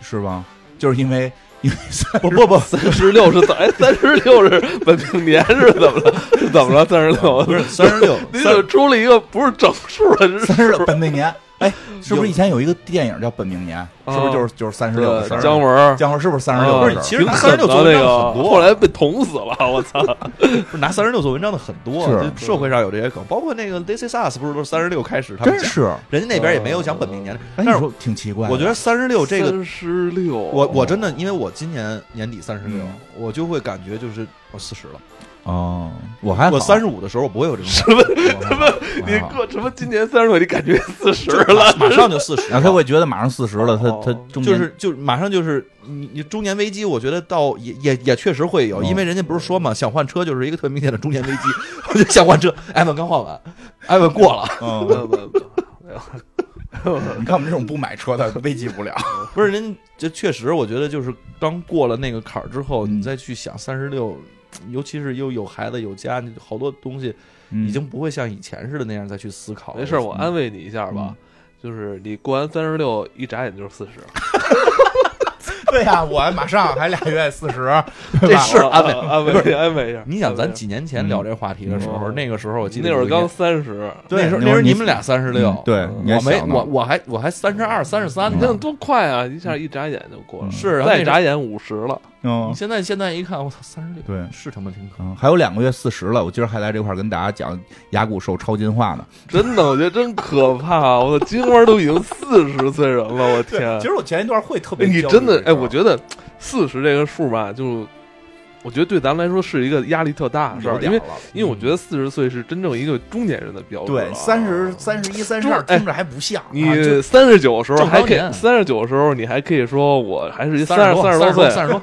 S2: 是吧？就是因为因 为
S1: 不不不，三十六是怎？哎，三十六是本命年是怎么了？是怎么了？三十
S3: 哦
S1: 六
S2: 不是三十六，
S1: 你怎么出了一个不是整数的？这是
S2: 三十六本命年。哎，是不是以前有一个电影叫《本命年》？
S5: 啊
S2: 是不是就是就是三十六
S1: 对？姜文。
S2: 姜文是不是三十
S1: 啊
S2: 六？
S1: 不
S2: 不
S1: 是
S2: 是，
S5: 其实
S1: 挺
S5: 拿
S1: 狠
S5: 36
S1: 的
S5: 做文
S1: 那
S5: 章
S1: 个，
S5: 很多
S1: 后来被捅死了，我操！
S5: 不是拿三十六做文章的很多，
S2: 是
S5: 就社会上有这些梗，包括那个 This Is Us 不是都是三十六开始他们
S2: 真
S5: 讲，
S2: 是。
S5: 人家那边也没有讲本命年，
S2: 哎，
S5: 但
S2: 你
S5: 是
S2: 说挺奇怪的。
S5: 我觉得三十六这个，
S1: 三十六，
S5: 我我真的因为我今年年底三十六
S2: 嗯，
S5: 我就会感觉就是我四十了，
S2: 哦，我还
S5: 我三
S2: 十，
S5: 十五的时候我不会有这种感觉，
S2: 我还好
S1: 你
S2: 我还好
S1: 哥什么？今年三十六，你感觉四十
S5: 就是
S1: 了？
S5: 马马上就四十
S2: 然后他会觉得马上四十了，他他
S1: 哦
S2: 中
S5: 就
S2: 间
S5: 是就是马上就是你你中年危机，我觉得到也也也确实会有，
S2: 哦
S5: 因为人家不是说嘛，想换车就是一个特别明显的中年危机， 我就想换车，艾文刚换完，艾文过了，
S1: 不不
S2: 嗯，
S1: 不，没有
S2: 你看我们这种不买车的危及不了。
S5: 不是人这确实我觉得就是刚过了那个坎儿之后，
S2: 嗯
S5: 你再去想三十六，尤其是又有孩子有家，你好多东西
S2: 嗯
S5: 已经不会像以前似的那样再去思考了。
S1: 没事儿，我安慰你一下吧。就是你过完三十六，一眨眼就是四 十，
S2: 对呀，我马上还俩月四十，
S5: 这是安慰。
S1: 安慰你安慰一下。
S5: 你想，咱几年前聊这话题的时候，
S1: 嗯
S5: 那个时候我记得
S1: 那会儿
S5: 有一年
S1: 刚三十，
S2: 对
S5: 那时候
S2: 那会儿
S5: 那时候
S2: 你嗯
S5: 你们俩三十六，
S2: 对，你嗯还
S5: 我没
S2: 小呢
S5: 我我还我还三十二三十三
S1: 你
S5: 呢
S1: 看。多快啊！一下一眨眼就过了，
S5: 是然后那
S1: 再
S5: 时
S1: 眨眼五十了。
S2: 嗯
S5: 你现在现在一看，我操，三十六，
S2: 对
S5: 是他妈挺可。
S2: 嗯，还有两个月四十了，我今儿还在这块儿跟大家讲牙骨受超进化呢。
S1: 真的，我觉得真可怕！我的金花都已经四十岁人了，我 天！啊
S2: 实我前一段会特
S1: 哎你真的哎，我觉得四十这个数吧，就我觉得对咱们来说是一个压力特大的
S2: 啊
S1: 事儿，因为因为我觉得四十岁是真正一个中年人的标志了。
S2: 对三十三十一、三十
S1: 中
S2: 二
S1: 哎
S2: 听着还不像，啊就
S1: 你三十九时候
S5: 正
S1: 还
S5: 当
S1: 可以，
S5: 年
S1: 三十九时候你还可以说我还是一三
S5: 十
S1: 三十
S5: 多
S1: 岁，
S5: 三十多，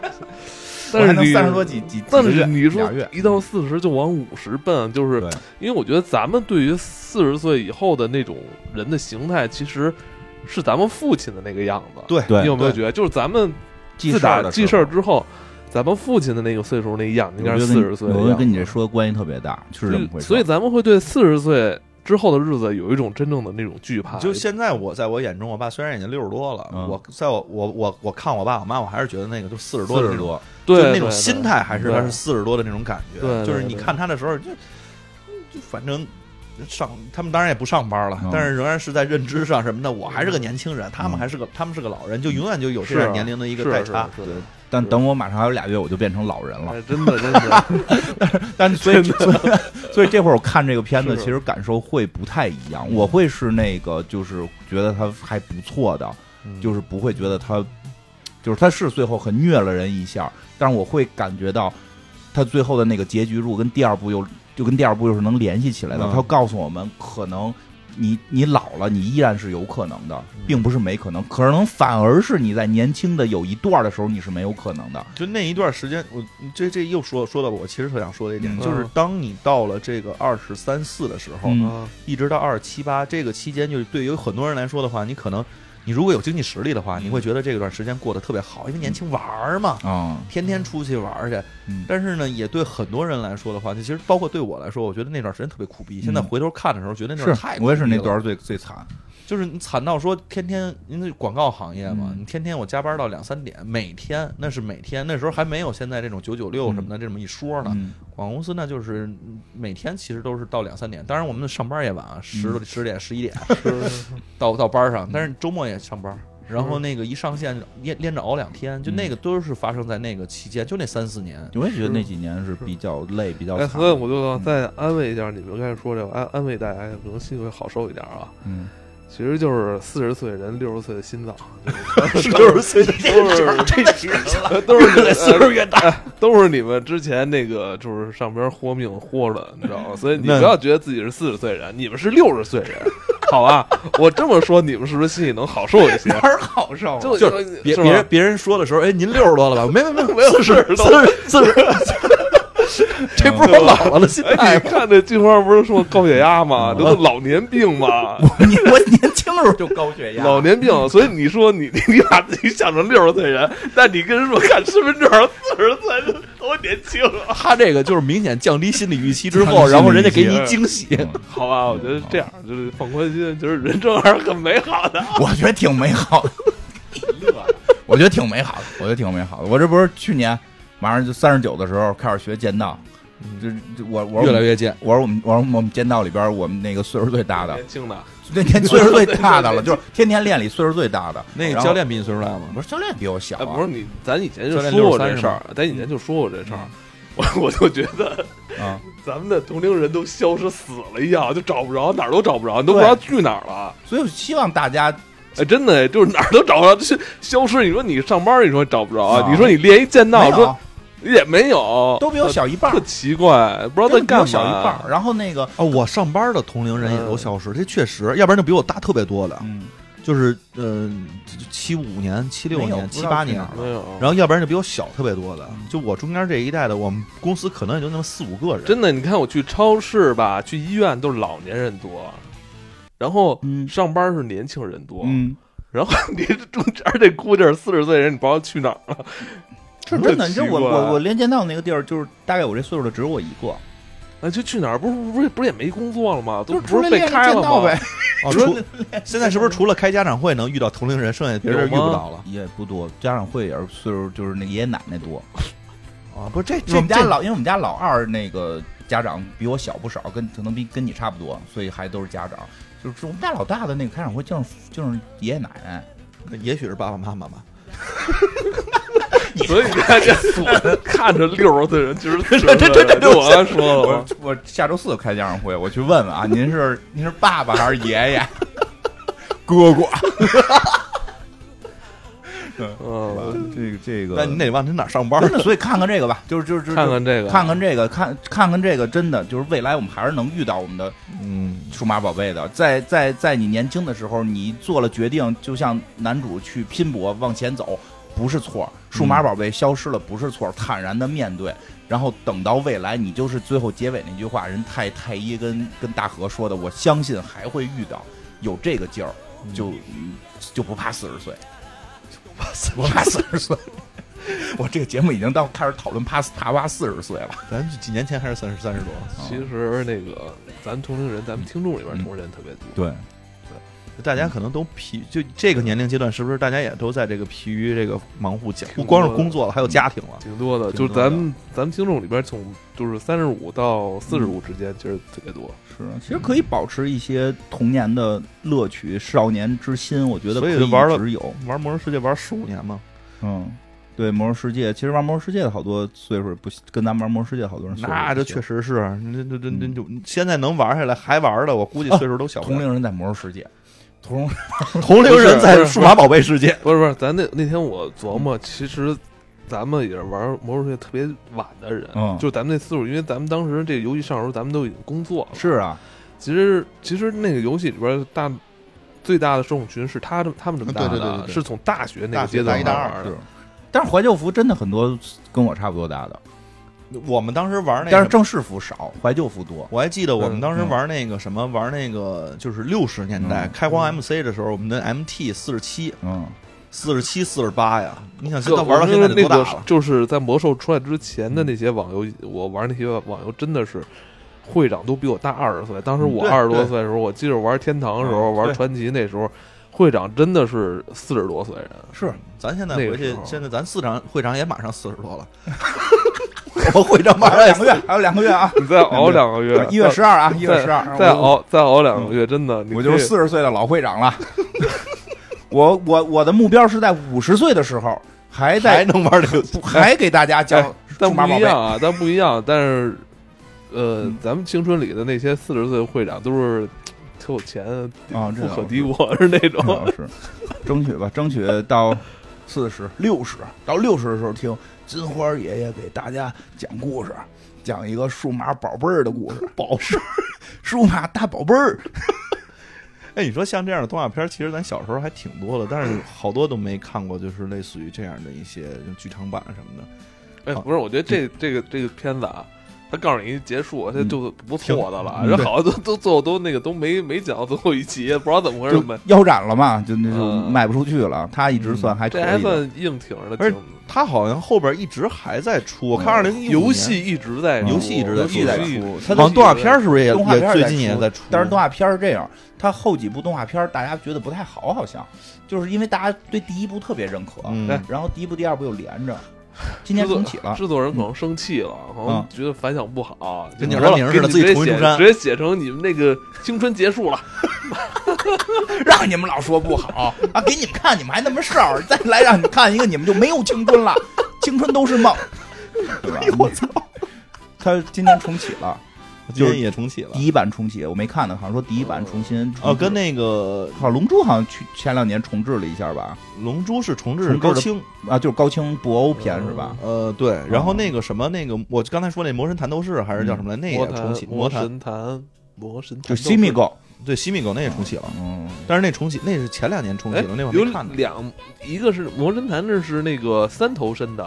S1: 但
S2: 还
S1: 是
S2: 能
S1: 你
S2: 三十多几几几
S1: 但
S2: 个
S1: 是
S2: 月
S1: 你说
S2: 俩月，
S1: 一到四十就往五十奔，就是
S2: 对
S1: 因为我觉得咱们对于四十岁以后的那种人的形态，其实是咱们父亲的那个样子。
S2: 对对
S1: 你有没有
S2: 对
S1: 觉得，就是咱们
S2: 记
S1: 自
S2: 事儿
S1: 打
S2: 的
S1: 记
S2: 时
S1: 事
S2: 候
S1: 儿之后，咱们父亲的那个岁数那样，应该
S2: 我
S1: 是
S2: 觉
S1: 四
S2: 得跟
S1: 十岁的
S2: 我觉得
S1: 样
S2: 跟你这
S1: 子。
S2: 说的关系特别大，是这么
S1: 就
S2: 回事。
S1: 所以咱们会对四十岁之后的日子有一种真正的那种惧怕。
S5: 就现在我在我眼中，我爸虽然已经六十多了，
S2: 嗯
S5: 我在我我我我看我爸我妈，我还是觉得那个就四十多
S2: 四
S5: 的
S2: 十
S5: 那种，
S1: 对
S2: 多，
S5: 就那
S1: 对
S5: 种
S1: 对
S5: 心态还是
S1: 对
S5: 还是四十多的那种感觉。
S1: 对对
S5: 就是你
S1: 对
S5: 看他的时候，就就反正。上他们当然也不上班了
S2: 嗯，
S5: 但是仍然是在认知上什么的，我还是个年轻人，他们还是个他们是个老人，就永远就有这
S1: 嗯是啊
S5: 样年龄的一个
S1: 是
S5: 代
S1: 是
S5: 差。
S1: 是啊是
S2: 但等我马上还有俩月，我就变成老人了。
S1: 哎，真的真的，
S2: 但所以 所以所以这会儿我看这个片子，
S1: 是
S2: 其实感受会不太一样。我会是那个，就是觉得他还不错的，就是不会觉得他，就是他是最后很虐了人一下，但是我会感觉到他最后的那个结局，如果跟第二部又就跟第二部又是能联系起来的。
S5: 嗯
S2: 他告诉我们，可能你你老了，你依然是有可能的，
S5: 嗯
S2: 并不是没可能，可能反而是你在年轻的有一段的时候，你是没有可能的。
S5: 就那一段时间，我这这又说说到我其实特想说的一点，
S2: 嗯
S5: 就是当你到了这个二十三四的时候，
S2: 嗯
S1: 啊
S5: 一直到二十七八这个期间，就是对于很多人来说的话，你可能你如果有经济实力的话，
S1: 嗯
S5: 你会觉得这段时间过得特别好，因为年轻玩儿嘛，
S2: 啊、
S5: 天天出去玩儿去。
S2: 嗯
S5: 但是呢，也对很多人来说的话，就其实包括对我来说，我觉得那段时间特别苦逼。现在回头看的时候，觉得那段
S2: 嗯是，
S5: 太苦逼
S2: 我也是那
S5: 了
S2: 段儿最最惨。
S5: 就是你惨到说天天，因为广告行业嘛，
S2: 嗯
S5: 你天天我加班到两三点，每天那是每天，那时候还没有现在这种九九六什么的这么一说呢。
S2: 嗯
S5: 广告公司呢，就是每天其实都是到两三点，当然我们上班也晚啊，十
S2: 嗯
S5: 十点十 一点 到 到班上，但是周末也上班。然
S2: 嗯
S5: 后那个一上线连连着熬两天，就那个都是发生在那个期间，就那三四年。
S2: 我也觉得那几年是比较累，比较
S1: 哎，
S2: 惨。
S1: 所以我就再安慰一下你们刚才说这个，安安慰大家，可能心里会好受一点啊。
S2: 嗯，
S1: 其实就是四十岁人六十岁的心脏，
S2: 六十岁的
S1: 都是
S2: 真的是
S1: 都是哎
S2: 岁数越大，
S1: 都是你们之前那个就是上边豁命豁的，你知道吗？所以你
S2: 那
S1: 不要觉得自己是四十岁人，你们是六十岁人，好吧？我这么说，你们是不是心里能好受一些？
S6: 哪儿好受啊？
S1: 就
S5: 就是别
S1: 吧
S5: 别人别人说的时候，哎，您六十多了吧？没没 没，
S1: 没有事儿都。
S5: 四十， 这不是我老了的心
S1: 哎，
S5: 态
S1: 你
S5: 吗？
S1: 看这金花不是说高血压吗？这都老年病嘛，
S2: 你我年轻时候就高血压，
S1: 老年病。所以你说你你你把自己想成六十岁人，但你跟人说看身份证四十岁人多年轻啊！
S5: 他这个就是明显降低心理预期之
S2: 降低
S5: 后，
S2: 心理
S5: 然后人家给你
S2: 预期
S5: 惊 喜。
S2: 嗯
S1: 好吧，我觉得这样就是 放宽心，就是人生还是很美好的。
S2: 我觉得挺美好的。我觉得挺美好的，我觉得挺美好的。我这不是去年马上就三十九的时候开始学剑道，这
S1: 嗯
S2: 这我我
S3: 越来越贱。
S2: 我说我们我说我们剑道里边我们那个岁数最大的，
S1: 年轻的，
S2: 那天岁数最大的了，就是天天练里岁数最大的。
S3: 那个
S2: 然后
S3: 教练比你岁数大吗？
S2: 不是教练比我小、
S1: 哎，
S2: 啊，
S1: 不是你，咱以前就
S3: 教练
S1: 说过
S3: 63
S1: 这事儿，咱以前就说过这事儿，我我就觉得
S2: 啊，
S1: 咱们的同龄人都消失死了一样，就找不着，哪儿都找不着，你都不知道去哪儿了。
S2: 所以我希望大家
S1: 哎，真的就是哪儿都找不着，就是消失。你说你上班，你说找不着，
S2: 啊
S1: 你说你练一剑
S2: 没
S1: 道，
S2: 有啊
S1: 说也没有，
S2: 都比我小一半儿
S1: 特，奇怪，不知道
S2: 都
S1: 在
S2: 比
S1: 干
S2: 我
S1: 嘛。
S2: 小一半儿。然后那个
S5: 啊，我上班的同龄人也都消失，这确实，要不然就比我大特别多的，
S2: 嗯，
S5: 就是呃七五年、七六
S2: 没有
S5: 年、
S2: 不知
S5: 七
S2: 道
S5: 八
S2: 去
S5: 年
S2: 哪儿，了
S1: 没有，
S5: 然后要不然就比我小特别多的，就我中间这一代的，我们公司可能也就那么四五个人。
S1: 真的，你看我去超市吧，去医院都是老年人多，然后
S2: 嗯
S1: 上班是年轻人多，
S2: 嗯，
S1: 然后 你这中间这姑娘四十岁人，你不知道去哪儿了。
S2: 是真的。
S1: 特
S2: 你
S1: 奇
S2: 知道我
S1: 怪
S2: 我我练剑道那个地儿，就是大概我这岁数的只有我一个，
S1: 啊，就去哪儿？不是不是不是也没工作了吗？都
S2: 就是出
S1: 不
S2: 来
S1: 是被
S2: 练
S1: 开
S2: 练
S1: 了
S2: 剑道
S1: 吗
S2: 呗？，
S5: 哦，除现在是不是除了开家长会能遇到同龄人，剩下别人遇不到了？
S2: 哦也不多。家长会也是岁数，就是那爷爷奶奶多。
S5: 啊，不是这
S2: 因
S5: 这
S2: 为我们家
S5: 这
S2: 老，因为我们家老二那个家长比我小不少，跟可能比跟你差不多，所以还都是家长。就是我们家老大的那个开场会，就是就是爷爷奶奶。
S5: 也许是爸爸妈妈吧。
S1: 所以你看这 看着六十岁人，其实四 十岁人，就我刚才说了
S2: 我
S1: 吗？
S2: 我下周四开家长会，我去问问啊，您是您是爸爸还是爷 爷？哥哥，
S1: 嗯，
S2: 这个这个
S5: 那你得往他哪儿上班？
S2: 真的，所以看看这个吧，就是就是就是
S1: 看看这个，啊
S2: 看看这个，看看看这个，真的就是未来我们还是能遇到我们的
S5: 嗯，
S2: 数码宝贝的。在在在你年轻的时候，你做了决定，就像男主去拼搏往前走，不是错。数码宝贝消失了不是错，坦然的面对，然后等到未来，你就是最后结尾那句话，人太太医跟跟大河说的，我相信还会遇到，有这个劲儿就。嗯就不怕四十岁，不怕四十岁。 我这个节目已经到开始讨论怕怕怕四十岁了。嗯
S5: 咱几年前还是三十三十多，啊
S1: 其实那个咱同龄人，咱们听众里边同龄人特别多，
S2: 对，
S5: 大家可能都疲，就这个年龄阶段，是不是大家也都在这个疲于这个忙乎家，不光是工作了，还有家庭了。
S1: 挺多的。就
S5: 挺多的
S1: 是咱们咱们听众里边，从就是三十五到四十五
S5: 嗯
S1: 之间，其实特别多。
S5: 啊
S2: 是，其实可以保持一些童年的乐趣、少年之心，我觉得
S5: 所以
S2: 可
S5: 玩了
S2: 一直有。
S5: 玩魔兽世界玩十五年嘛，
S2: 嗯，对，魔兽世界，其实玩魔兽世界的好多岁数不跟咱们玩魔兽世界好多人岁数
S5: 那
S2: 不
S5: 这
S2: 行
S5: 确实是，啊嗯那那那那就现在能玩下来还玩的，我估计岁数都小不了。
S2: 同龄人在魔兽世界，同
S5: 同龄人
S1: 不
S5: 在
S1: 是
S5: 数码宝贝世界，
S1: 不是不是，咱那那天我
S5: 嗯
S1: 琢磨，其实咱们也是玩魔兽世界特别晚的人，
S2: 嗯
S1: 就是咱们那岁数，因为咱们当时这个游戏上的时候，咱们都已经工作了。
S2: 是 啊，
S1: 其实其实那个游戏里边大最大的受众群是他这他们这么大的，
S5: 啊对对对对对
S1: 是从大学那
S5: 大
S1: 个
S5: 学
S1: 阶段
S5: 大一大
S1: 玩
S5: 二
S1: 儿
S2: 嗯是
S1: 的。。
S2: 但是怀旧服真的很多跟我差不多大的，
S5: 我们当时玩那
S2: 但是
S5: 个，
S2: 正式服少，怀旧服多。
S5: 我还记得我们
S1: 嗯
S5: 当时玩那个什么，玩那个就是六十年代
S2: 嗯
S5: 开荒 MC 的时候，我们的 MT 四十七、
S2: 嗯，
S5: 四十七、四十八呀，你想现
S1: 就
S5: 在玩到现在得
S1: 那
S5: 多大
S1: 个
S5: 了？
S1: 就是在魔兽出来之前的那些网游，我玩那些网游真的是。会长都比我大二十岁，当时我
S5: 嗯对
S1: 二十多岁的时候，我记着玩天堂的时候，
S5: 嗯
S1: 玩
S5: 对
S1: 传奇那时候，会长真的是四十多岁人，
S5: 是，咱现在
S1: 那个
S5: 回去
S1: 时，候
S5: 现在咱四长会长也马上四十多了，我会长马上也
S2: 两个月， 还有两个月啊，，
S1: 你再熬两个月
S2: 一月十二啊，一月十二，
S1: 再再熬再熬两
S5: 嗯
S1: 个月，真的，你
S2: 我就是
S1: 可以
S2: 四十岁的老会长了。我我我的目标是在五十岁的时候还
S5: 还
S2: 在
S5: 能玩这个。
S2: 还给大家
S1: 哎
S2: 讲
S1: 但
S2: 数码
S1: 不
S2: 宝
S1: 一
S2: 贝。嗯
S1: 样啊，但不一样。但是，呃，咱们青春里的那些四十岁的会长都是特有钱
S2: 啊嗯这
S1: 富
S2: 倒
S1: 可
S2: 是
S1: 敌国 是那种。
S2: 是，争取吧，争取到四十、六十，到六十的时候听金花爷爷给大家讲故事，讲一个数码宝贝儿的故事，宝贝，数码大宝贝儿。
S5: 哎，你说像这样的动画片儿，其实咱小时候还挺多的，但是好多都没看过，就是类似于这样的一些剧场版什么的。
S1: 哎，不是，我觉得这这个这个片子啊，
S7: 他告诉你一结束，这就不错的了。
S2: 嗯
S7: 人好像都都最后都那个都没没讲到最后一集，不知道怎么回事
S2: 就
S7: 没。
S2: 腰斩了嘛，就那就
S7: 嗯
S2: 卖不出去了。他一直算还可
S7: 这还
S2: 以的，
S7: 算硬挺着的
S5: 而
S7: 挺，
S5: 他好像后边一直还在出，我看二零一
S7: 游戏一直在出，
S5: 游戏一直在
S7: 游
S5: 出
S7: 戏
S2: 一直在
S7: 一
S2: 出
S7: 直
S2: 他
S5: 往动画片儿是不是也
S2: 动画片
S5: 也
S2: 儿
S5: 最近也
S2: 出
S5: 在出？
S2: 但是动画片儿是这样，它后几部动画片儿大家觉得不太好，好像就是因为大家对第一部特别认可，
S5: 嗯
S7: 哎，
S2: 然后第一部、第二部又连着，今年重启了。
S7: 制作人可能生气了，可能觉得反响不好，
S5: 嗯跟
S7: 就
S5: 鸟儿名
S7: 给
S5: 似的
S7: 你
S5: 自己
S7: 直接
S5: 重
S7: 写
S5: 新出山
S7: 直接写成你们那个青春结束了。
S2: 让你们老说不好啊，给你们看，你们还那么少，再来让你们看一个，你们就没有青春了，青春都是梦，对吧？ 我操！他今年重启了，
S5: 今天也重启了
S2: 第。一版重启，我没看呢，好像说第一版重新重
S5: 哦，跟
S2: 那
S5: 那个
S2: 好像龙珠好像去前两年重置了一下吧，
S5: 《龙珠》是重置
S2: 重置
S5: 高
S2: 的
S5: 清，
S2: 啊，就是高清博欧片是吧？
S5: 呃，对。然后那个什么，那个我刚才说那魔神弹斗士还是叫什么来，那也
S7: 嗯魔
S5: 重启。
S7: 弹
S5: 魔弹
S7: 神坛，魔神
S2: 就
S7: 坛斗士
S2: Simi Go，
S5: 对西米狗那也重启了，
S2: 嗯，
S5: 但是那重启那是前两年重启
S7: 哎
S5: 了，那我
S7: 有
S5: 没看呢。
S7: 两，一个是魔神坛，那是那个三头身的，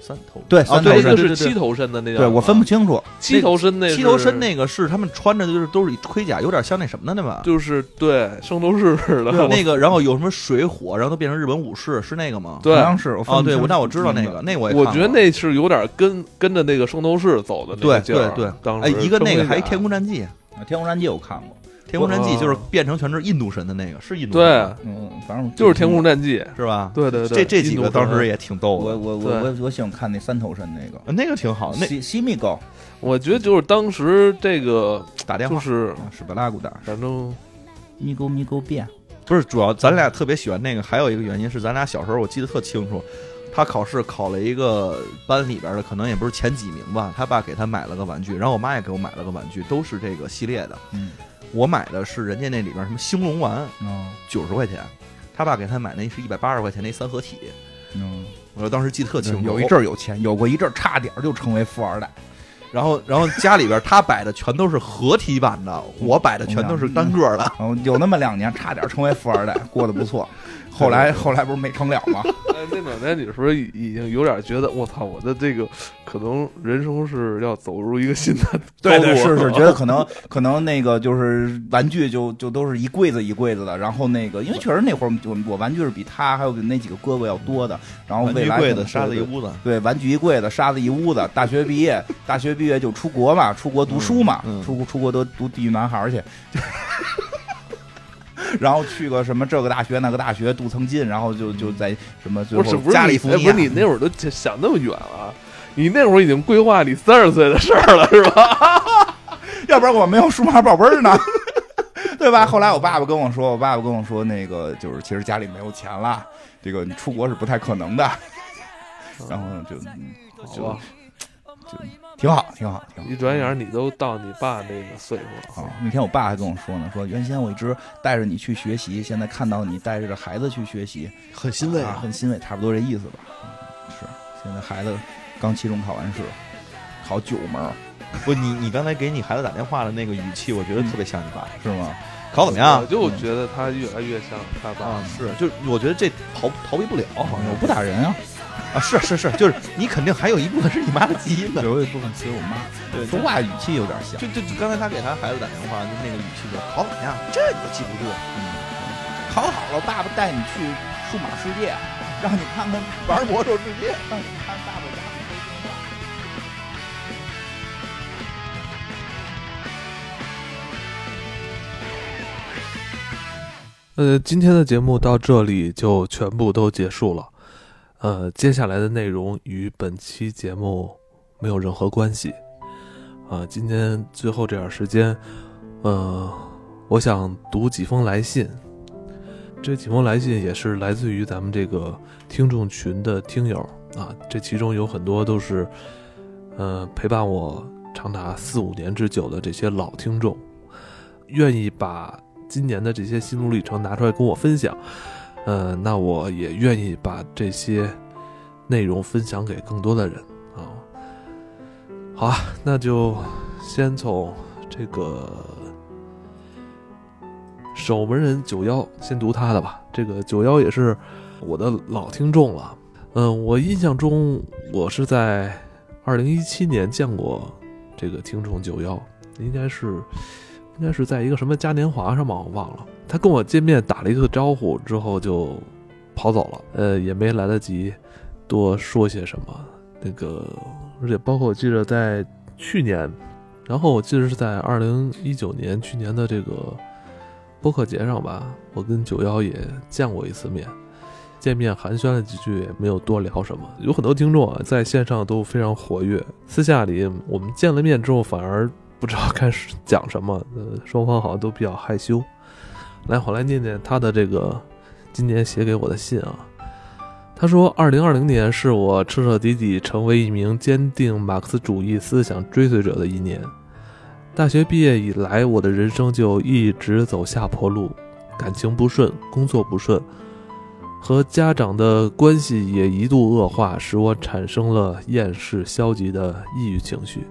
S5: 三头
S2: 对，
S5: 啊
S2: 三头
S5: 对
S7: 一
S2: 身
S7: 个
S5: 对
S7: 是七头身的那个。啊
S2: 对我分不清楚，
S7: 七头身那是
S5: 七头身那个是他们穿着的就是都是盔甲，有点像那什么的那吧？
S7: 就是对圣斗士似的，
S5: 那个，然后有什么水火，然后都变成日本武士，是那个吗？
S7: 对嗯
S2: 好。像是我分
S5: 哦，
S2: 不
S5: 对，
S2: 清
S5: 我那我知道那
S2: 名
S5: 个，
S2: 字
S5: 那我也
S7: 我
S5: 看
S7: 觉得
S5: 过
S7: 那是有点跟跟着那个圣斗士走的那个
S5: 对
S7: 劲儿啊
S5: 对对，
S7: 当
S5: 哎，
S7: 时
S5: 一个那个
S7: 真不
S5: 还
S7: 假
S5: 一天空战记，
S2: 啊天空战记我看过，
S5: 天空战记
S7: 哦
S5: 就是变成全是印度神的那个，是印度神
S7: 对
S5: 吗，
S2: 嗯，反正我
S7: 就是天空战记，
S5: 是吧？
S7: 对对
S5: 嗯这
S7: 对，
S5: 这几
S7: 印度
S5: 个当时
S7: 神
S5: 也挺逗
S2: 我
S5: 的，
S2: 我我我我喜欢看那三头身那个。
S5: 呃那个挺
S7: 啊
S5: 好。那
S2: 西西米狗
S7: 我觉得就是当时这个
S5: 打电
S7: 就
S5: 话
S7: 是
S2: 啊，史巴拉古达，
S7: 反正
S2: 咪咕咪咕变，
S5: 不是主要，咱俩特别喜欢那个，还有一个原因是咱俩小时候我记得特清楚，他考试考了一个班里边的，可能也不是前几名吧，他爸给他买了个玩具，然后我妈也给我买了个玩具，都是这个系列的。
S2: 嗯，
S5: 我买的是人家那里边什么兴隆丸，
S2: 嗯
S5: 九十块钱，他爸给他买那是一百八十块钱那三合体，
S2: 嗯，
S5: 我当时记得特清楚。
S2: 有一阵儿有钱，有过一阵儿差点儿就成为富二代，
S5: 然后然后家里边他摆的全都是合体版的，我摆的全都是单个的。
S2: 然后有那么两年差点儿成为富二代，过得不错。后来后来不是没成了吗？
S7: 哎那两天你是不是已经有点觉得我操，我的这个可能人生是要走入一个新的高度了
S2: 是是，觉得可能可能那个就是玩具就就都是一柜子一柜子的，然后那个因为确实那会儿我们我玩具是比他还有比那几个哥哥要多的，然后嗯
S5: 玩
S2: 未
S5: 具
S2: 来
S5: 柜
S2: 可
S5: 子
S2: 能
S5: 杀了
S2: 对
S5: 一
S2: 对
S5: 屋子，
S2: 对，玩具一柜子，沙子一屋子。大学毕业，大学毕业就出国嘛，出国读书嘛，
S5: 嗯嗯
S2: 出国出国都读《地狱男孩》去， 然后去个什么这个大学那个大学镀层金，然后就就在什么最
S7: 不是
S2: 后
S7: 不是
S2: 家
S7: 你
S2: 里福
S7: 哎
S2: 尼
S7: 不是
S2: 亚
S7: 你那会儿都想那么远了，你那会儿已经规划你三十岁的事儿了是吧？
S2: 要不然我没有数码宝贝儿呢， 对吧？后来我爸爸跟我说，我爸爸跟我说，那个就是其实家里没有钱了，这个你出国是不太可能的。然后就嗯
S7: 好吧，
S2: 挺好，挺好，挺好。
S7: 一转眼你都到你爸那个岁数了
S2: 啊，，那天我爸还跟我说呢，说原先我一直带着你去学习，现在看到你带着孩子去学习，
S5: 很欣
S2: 啊，很欣慰，差不多这意思吧。嗯是，现在孩子刚期中考完试，考九门儿
S5: 啊不，你你刚才给你孩子打电话的那个语气，我觉
S2: 嗯
S5: 得特别像你爸。
S2: 是吗？
S5: 考怎么
S7: 我
S5: 样？
S7: 就觉得他越来越像他爸
S5: 啊，。是，就是我觉得这逃逃避不了，好像
S2: 我不打人啊，
S5: 嗯啊，是是是，就是你肯定还有一部分是你妈的基因的。
S2: 留一部分给我妈，
S5: 对
S2: 说话语气有点像。
S5: 就就就刚才他给他孩子打电话，就那个语气就考怎么样？这你都记不住。
S2: 考好了，爸爸带你去数码世界，啊让你看看玩魔兽世界，让你看爸爸家里都电话。
S1: 呃，今天的节目到这里就全部都结束了。呃，接下来的内容与本期节目没有任何关系。啊、今天最后这点时间，呃，我想读几封来信。这几封来信也是来自于咱们这个听众群的听友啊，这其中有很多都是，呃，陪伴我长达四五年之久的这些老听众，愿意把今年的这些心路历程拿出来跟我分享，呃，那我也愿意把这些内容分享给更多的人啊。好啊，那就先从这个守门人九幺先读他的吧。这个九幺也是我的老听众了，嗯，我印象中我是在二零一七年见过这个听众九幺，应该是应该是在一个什么嘉年华上吧，我忘了。他跟我见面打了一个招呼之后就跑走了，呃，也没来得及多说些什么。那个，而且包括我记得在去年，然后我记得是在二零一九年去年的这个播客节上吧，我跟九幺也见过一次面。见面寒暄了几句，也没有多聊什么。有很多听众啊，在线上都非常活跃，私下里我们见了面之后，反而不知道该讲什么， 呃，双方好像都比较害羞。来，我来念念他的这个今年写给我的信啊。他说，二零二零年是我彻彻底底成为一名坚定马克思主义思想追随者的一年。大学毕业以来，我的人生就一直走下坡路，感情不顺，工作不顺，和家长的关系也一度恶化，使我产生了厌世、消极的抑郁情绪。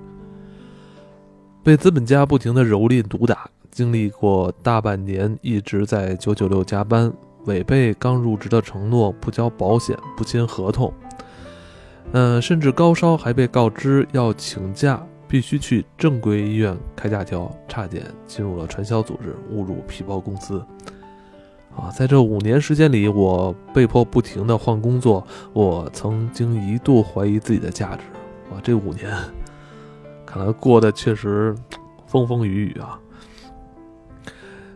S1: 被资本家不停的蹂躏毒打，经历过大半年一直在九九六加班，违背刚入职的承诺，不交保险，不签合同，嗯、甚至高烧还被告知要请假，必须去正规医院开假条，差点进入了传销组织，误入皮包公司。啊，在这五年时间里，我被迫不停的换工作，我曾经一度怀疑自己的价值。哇，这五年， 看来过得确实风风雨雨啊。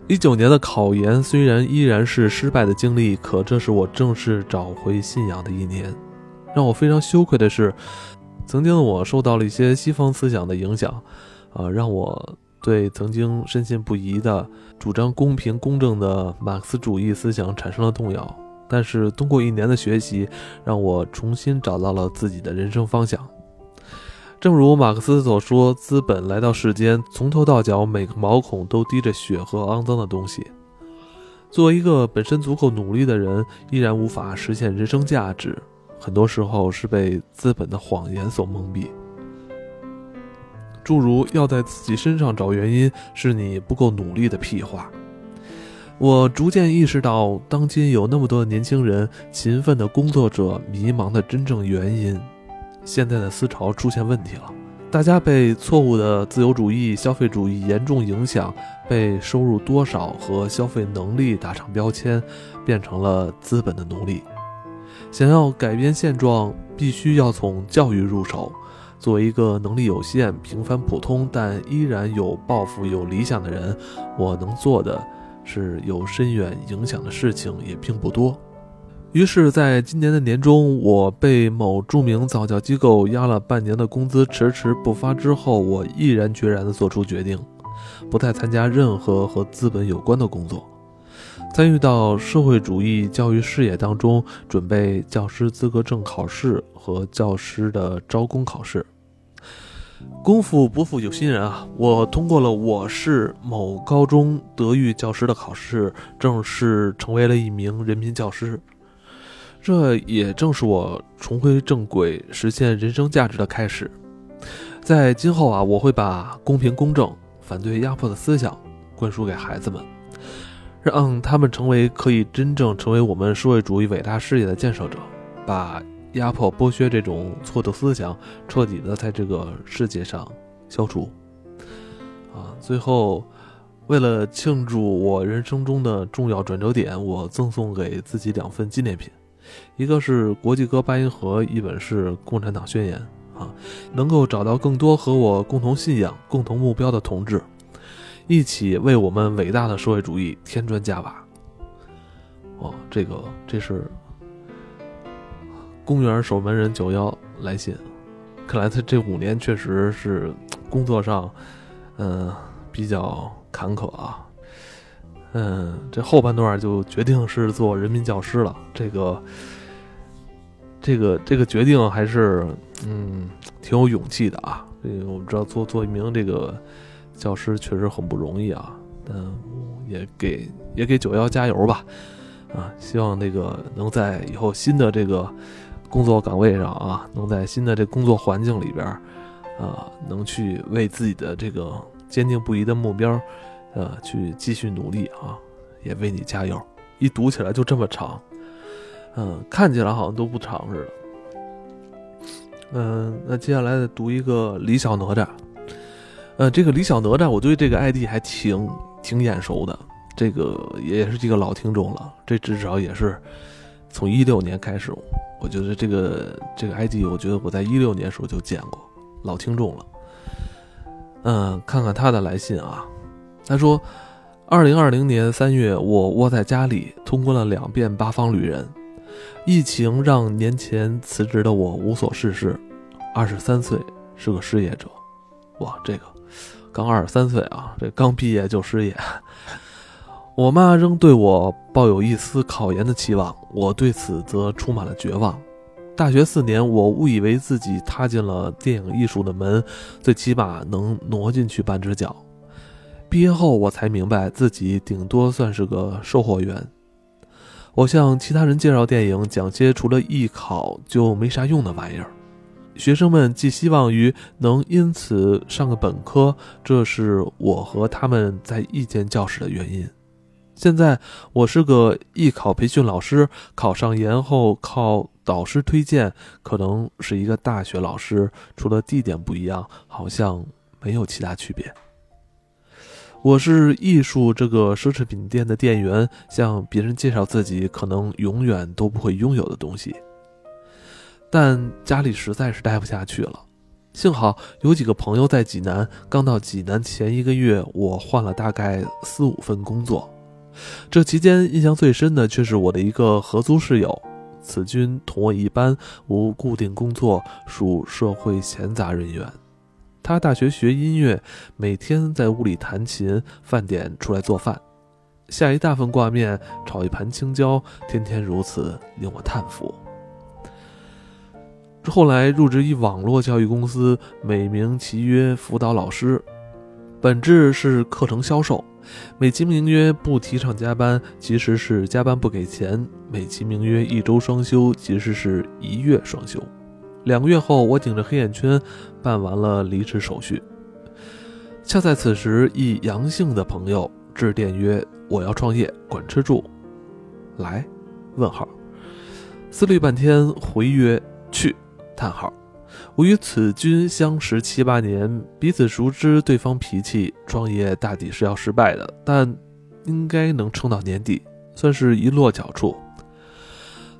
S1: 一九年的考研虽然依然是失败的经历，可这是我正式找回信仰的一年。让我非常羞愧的是，曾经的我受到了一些西方思想的影响，啊、让我对曾经深信不疑的主张公平公正的马克思主义思想产生了动摇，但是通过一年的学习，让我重新找到了自己的人生方向。正如马克思所说，资本来到世间，从头到脚每个毛孔都滴着血和肮脏的东西。作为一个本身足够努力的人，依然无法实现人生价值，很多时候是被资本的谎言所蒙蔽。诸如要在自己身上找原因是你不够努力的屁话。我逐渐意识到，当今有那么多年轻人、勤奋的工作者迷茫的真正原因，现在的思潮出现问题了。大家被错误的自由主义、消费主义严重影响，被收入多少和消费能力打上标签，变成了资本的奴隶。想要改变现状，必须要从教育入手。作为一个能力有限、平凡普通，但依然有抱负、有理想的人，我能做的是有深远影响的事情也并不多。于是，在今年的年中，我被某著名早教机构压了半年的工资，迟迟不发之后，我毅然决然地做出决定，不再参加任何和资本有关的工作，参与到社会主义教育事业当中，准备教师资格证考试和教师的招工考试。功夫不负有心人啊！我通过了我市某高中德育教师的考试，正式成为了一名人民教师。这也正是我重回正轨、实现人生价值的开始。在今后啊，我会把公平公正、反对压迫的思想灌输给孩子们，让他们成为可以真正成为我们社会主义伟大事业的建设者，把压迫、剥削这种错的思想彻底的在这个世界上消除。啊，最后，为了庆祝我人生中的重要转折点，我赠送给自己两份纪念品，一个是国际歌巴音盒，一本是《共产党宣言》啊，能够找到更多和我共同信仰、共同目标的同志，一起为我们伟大的社会主义添砖加瓦。哦，这个这是公园守门人九幺来信，看来他这五年确实是工作上，嗯、比较坎坷啊。嗯，这后半段就决定是做人民教师了。这个，这个，这个决定还是嗯挺有勇气的啊。这个我们知道做做一名这个教师确实很不容易啊，但也给也给九幺加油吧。啊，希望那个能在以后新的这个工作岗位上啊，能在新的这工作环境里边儿，啊，能去为自己的这个坚定不移的目标，呃，去继续努力啊，也为你加油。一读起来就这么长，嗯，看起来好像都不长似的。嗯，那接下来再读一个李小哪吒，呃，这个李小哪吒，我对这个 ID 还挺挺眼熟的，这个也是一个老听众了，这至少也是从一六年开始，我觉得这个这个 ID，我觉得我在一六年时候就见过，老听众了。嗯，看看他的来信啊，他说，二零二零年三月，我窝在家里通关了两遍《八方旅人》，疫情让年前辞职的我无所事事，二十三岁是个失业者，哇，这个刚二十三岁啊，这刚毕业就失业。我妈仍对我抱有一丝考研的期望，我对此则充满了绝望。大学四年，我误以为自己踏进了电影艺术的门，最起码能挪进去半只脚。毕业后，我才明白自己顶多算是个售货员。我向其他人介绍电影，讲些除了艺考就没啥用的玩意儿。学生们寄希望于能因此上个本科，这是我和他们在一间教室的原因。现在我是个艺考培训老师，考上研后靠导师推荐，可能是一个大学老师，除了地点不一样，好像没有其他区别。我是艺术这个奢侈品店的店员，向别人介绍自己可能永远都不会拥有的东西。但家里实在是待不下去了。幸好有几个朋友在济南，刚到济南前一个月，我换了大概四五份工作。这期间印象最深的却是我的一个合租室友，此君同我一般，无固定工作，属社会闲杂人员。他大学学音乐，每天在屋里弹琴，饭点出来做饭，下一大份挂面，炒一盘青椒，天天如此，令我叹服。后来入职一网络教育公司，美名其曰辅导老师，本质是课程销售，美其名曰不提倡加班，其实是加班不给钱；美其名曰一周双休，其实是一月双休。两个月后，我顶着黑眼圈办完了离职手续。恰在此时，一阳性的朋友致电曰：“我要创业，管吃住，来？”问号。思虑半天，回曰：“去。”叹号。我与此君相识七八年，彼此熟知对方脾气，创业大抵是要失败的，但应该能撑到年底，算是一落脚处。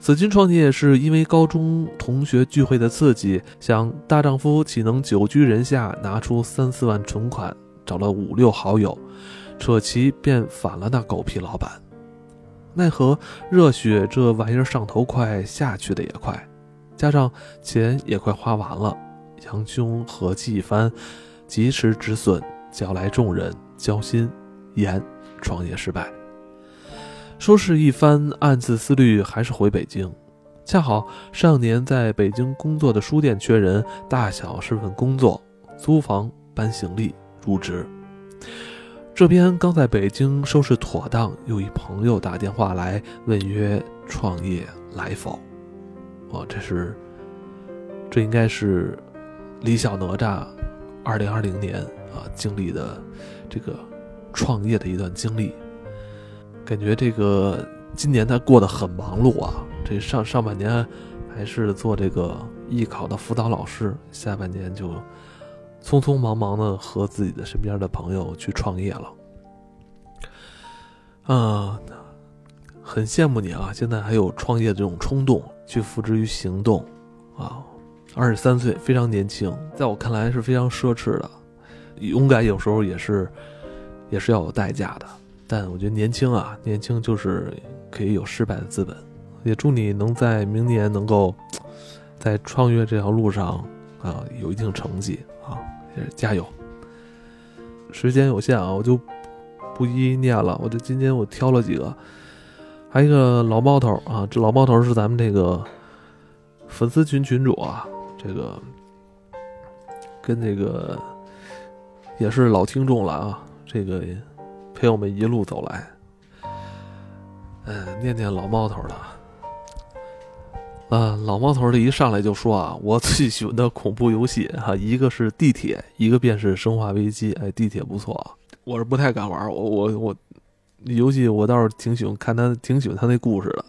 S1: 此君创业是因为高中同学聚会的刺激，想大丈夫岂能久居人下，拿出三四万存款，找了五六好友，扯旗便反了那狗屁老板。奈何热血这玩意儿上头快，下去的也快，加上钱也快花完了，杨兄合计一番，及时止损，叫来众人交心，言创业失败。收拾一番，暗自思虑，还是回北京。恰好上年在北京工作的书店缺人，大小是份工作，租房、搬行李、入职。这边刚在北京收拾妥当，又一朋友打电话来问曰：“创业来否？”哦，这是，这应该是李小哪吒二零二零年啊经历的这个创业的一段经历。感觉这个今年他过得很忙碌啊，这上上半年还是做这个艺考的辅导老师，下半年就匆匆忙忙的和自己的身边的朋友去创业了。嗯，很羡慕你啊，现在还有创业的这种冲动，去付之于行动啊。二十三岁非常年轻，在我看来是非常奢侈的。勇敢有时候也是，也是要有代价的。但我觉得年轻啊，年轻就是可以有失败的资本。也祝你能在明年能够在创业这条路上啊有一定成绩啊，也是加油。时间有限啊，我就不一一念了。我就今天我挑了几个，还有一个老猫头啊，这老猫头是咱们这个粉丝群群主啊，这个跟这个也是老听众了啊，这个。陪我们一路走来。嗯、念念老猫头了。啊，老猫头儿的一上来就说啊，我最喜欢的恐怖游戏哈、一个是地铁，一个便是生化危机。哎，地铁不错啊，我是不太敢玩儿，我我我游戏我倒是挺喜欢看他，挺喜欢他那故事的。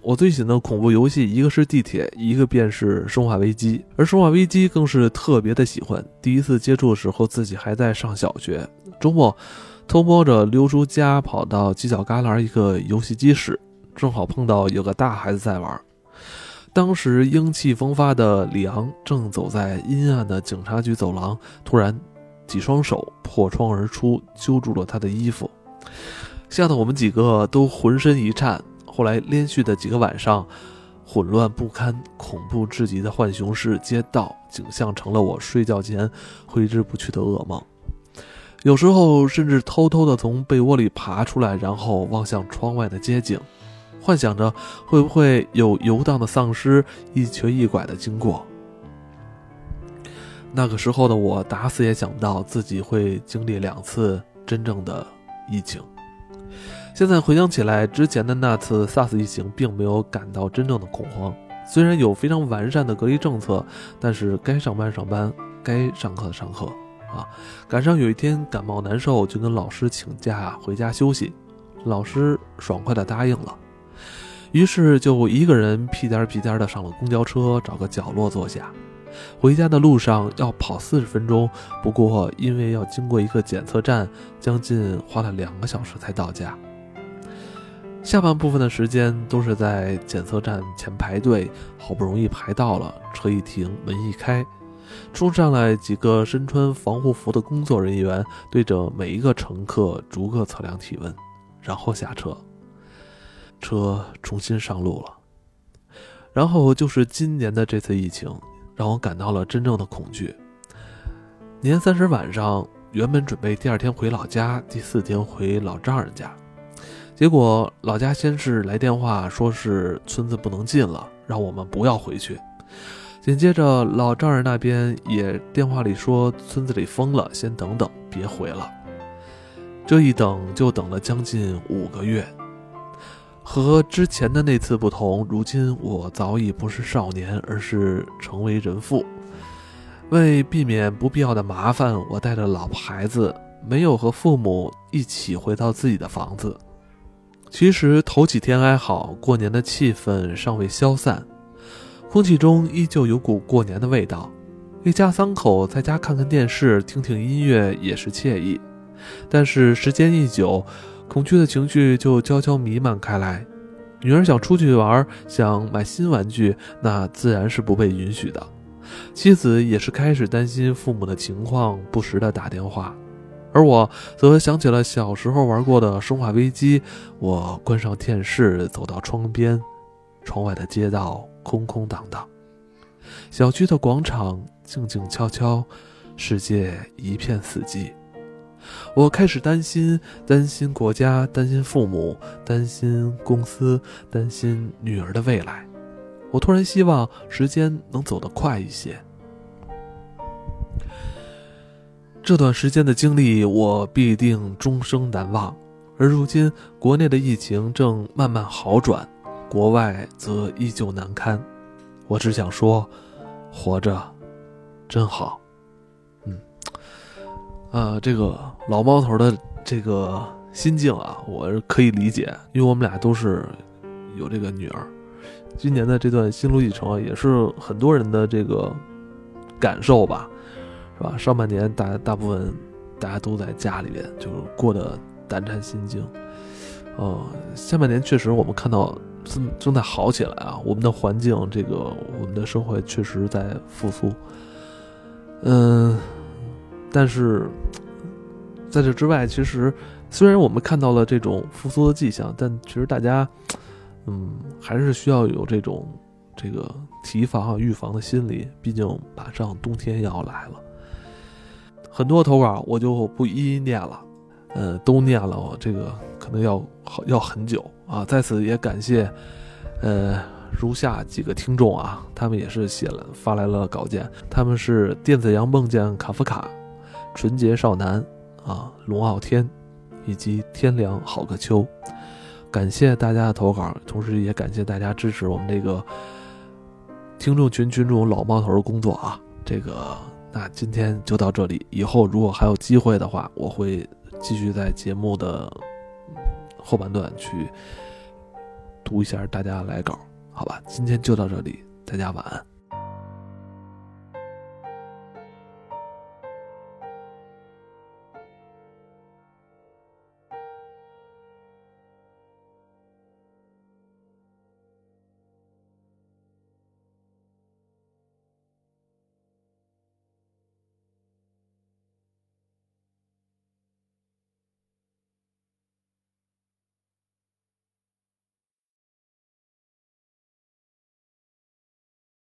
S1: 我最喜欢的恐怖游戏，一个是地铁，一个便是《生化危机》，而《生化危机》更是特别的喜欢。第一次接触的时候，自己还在上小学，周末偷摸着溜出家，跑到犄角旮旯一个游戏机室，正好碰到有个大孩子在玩。当时英气风发的里昂正走在阴暗的警察局走廊，突然几双手破窗而出，揪住了他的衣服，吓得我们几个都浑身一颤。后来连续的几个晚上，混乱不堪、恐怖至极的浣熊市街道景象成了我睡觉前挥之不去的噩梦。有时候甚至偷偷的从被窝里爬出来，然后望向窗外的街景，幻想着会不会有游荡的丧尸一瘸一拐的经过。那个时候的我，打死也想不到自己会经历两次真正的疫情。现在回想起来，之前的那次 SARS 疫情并没有感到真正的恐慌。虽然有非常完善的隔离政策，但是该上班上班，该上课上课啊。赶上有一天感冒难受，就跟老师请假回家休息，老师爽快的答应了。于是就一个人屁颠儿屁颠儿的上了公交车，找个角落坐下。回家的路上要跑四十分钟，不过因为要经过一个检测站，将近花了两个小时才到家。下半部分的时间都是在检测站前排队，好不容易排到了，车一停，门一开，冲上来几个身穿防护服的工作人员，对着每一个乘客逐个测量体温，然后下车。车重新上路了。然后就是今年的这次疫情，让我感到了真正的恐惧。年三十晚上，原本准备第二天回老家，第四天回老丈人家。结果老家先是来电话说是村子不能进了，让我们不要回去。紧接着老丈人那边也电话里说村子里封了，先等等，别回了。这一等就等了将近五个月。和之前的那次不同，如今我早已不是少年，而是成为人父。为避免不必要的麻烦，我带着老婆孩子，没有和父母一起回到自己的房子。其实头几天还好，过年的气氛尚未消散，空气中依旧有股过年的味道。一家三口在家看看电视、听听音乐也是惬意，但是时间一久，恐惧的情绪就悄悄弥漫开来。女儿想出去玩，想买新玩具，那自然是不被允许的。妻子也是开始担心父母的情况，不时的打电话。而我则想起了小时候玩过的《生化危机》，我关上电视，走到窗边，窗外的街道空空荡荡，小区的广场静静悄悄，世界一片死寂。我开始担心，担心国家，担心父母，担心公司，担心女儿的未来。我突然希望时间能走得快一些。这段时间的经历，我必定终生难忘。而如今，国内的疫情正慢慢好转，国外则依旧难堪。我只想说，活着真好。嗯，呃，这个老猫头的这个心境啊，我是可以理解，因为我们俩都是有这个女儿。今年的这段心路历程啊，也是很多人的这个感受吧。是吧？上半年大大部分大家都在家里边，就是过得胆战心惊。呃，下半年确实我们看到正正在好起来啊，我们的环境，这个我们的社会确实在复苏。嗯、但是在这之外，其实虽然我们看到了这种复苏的迹象，但其实大家，嗯，还是需要有这种这个提防啊、预防的心理，毕竟马上冬天也要来了。很多投稿我就不一一念了，呃，都念了，我这个可能要好要很久啊。在此也感谢，呃，如下几个听众啊，他们也是写了发来了稿件，他们是电子羊梦见卡夫卡、纯洁少男啊、龙傲天，以及天凉好个秋。感谢大家的投稿，同时也感谢大家支持我们这个听众群群主老猫头的工作啊，这个那今天就到这里，以后如果还有机会的话，我会继续在节目的后半段去读一下大家来稿，好吧？今天就到这里，大家晚安。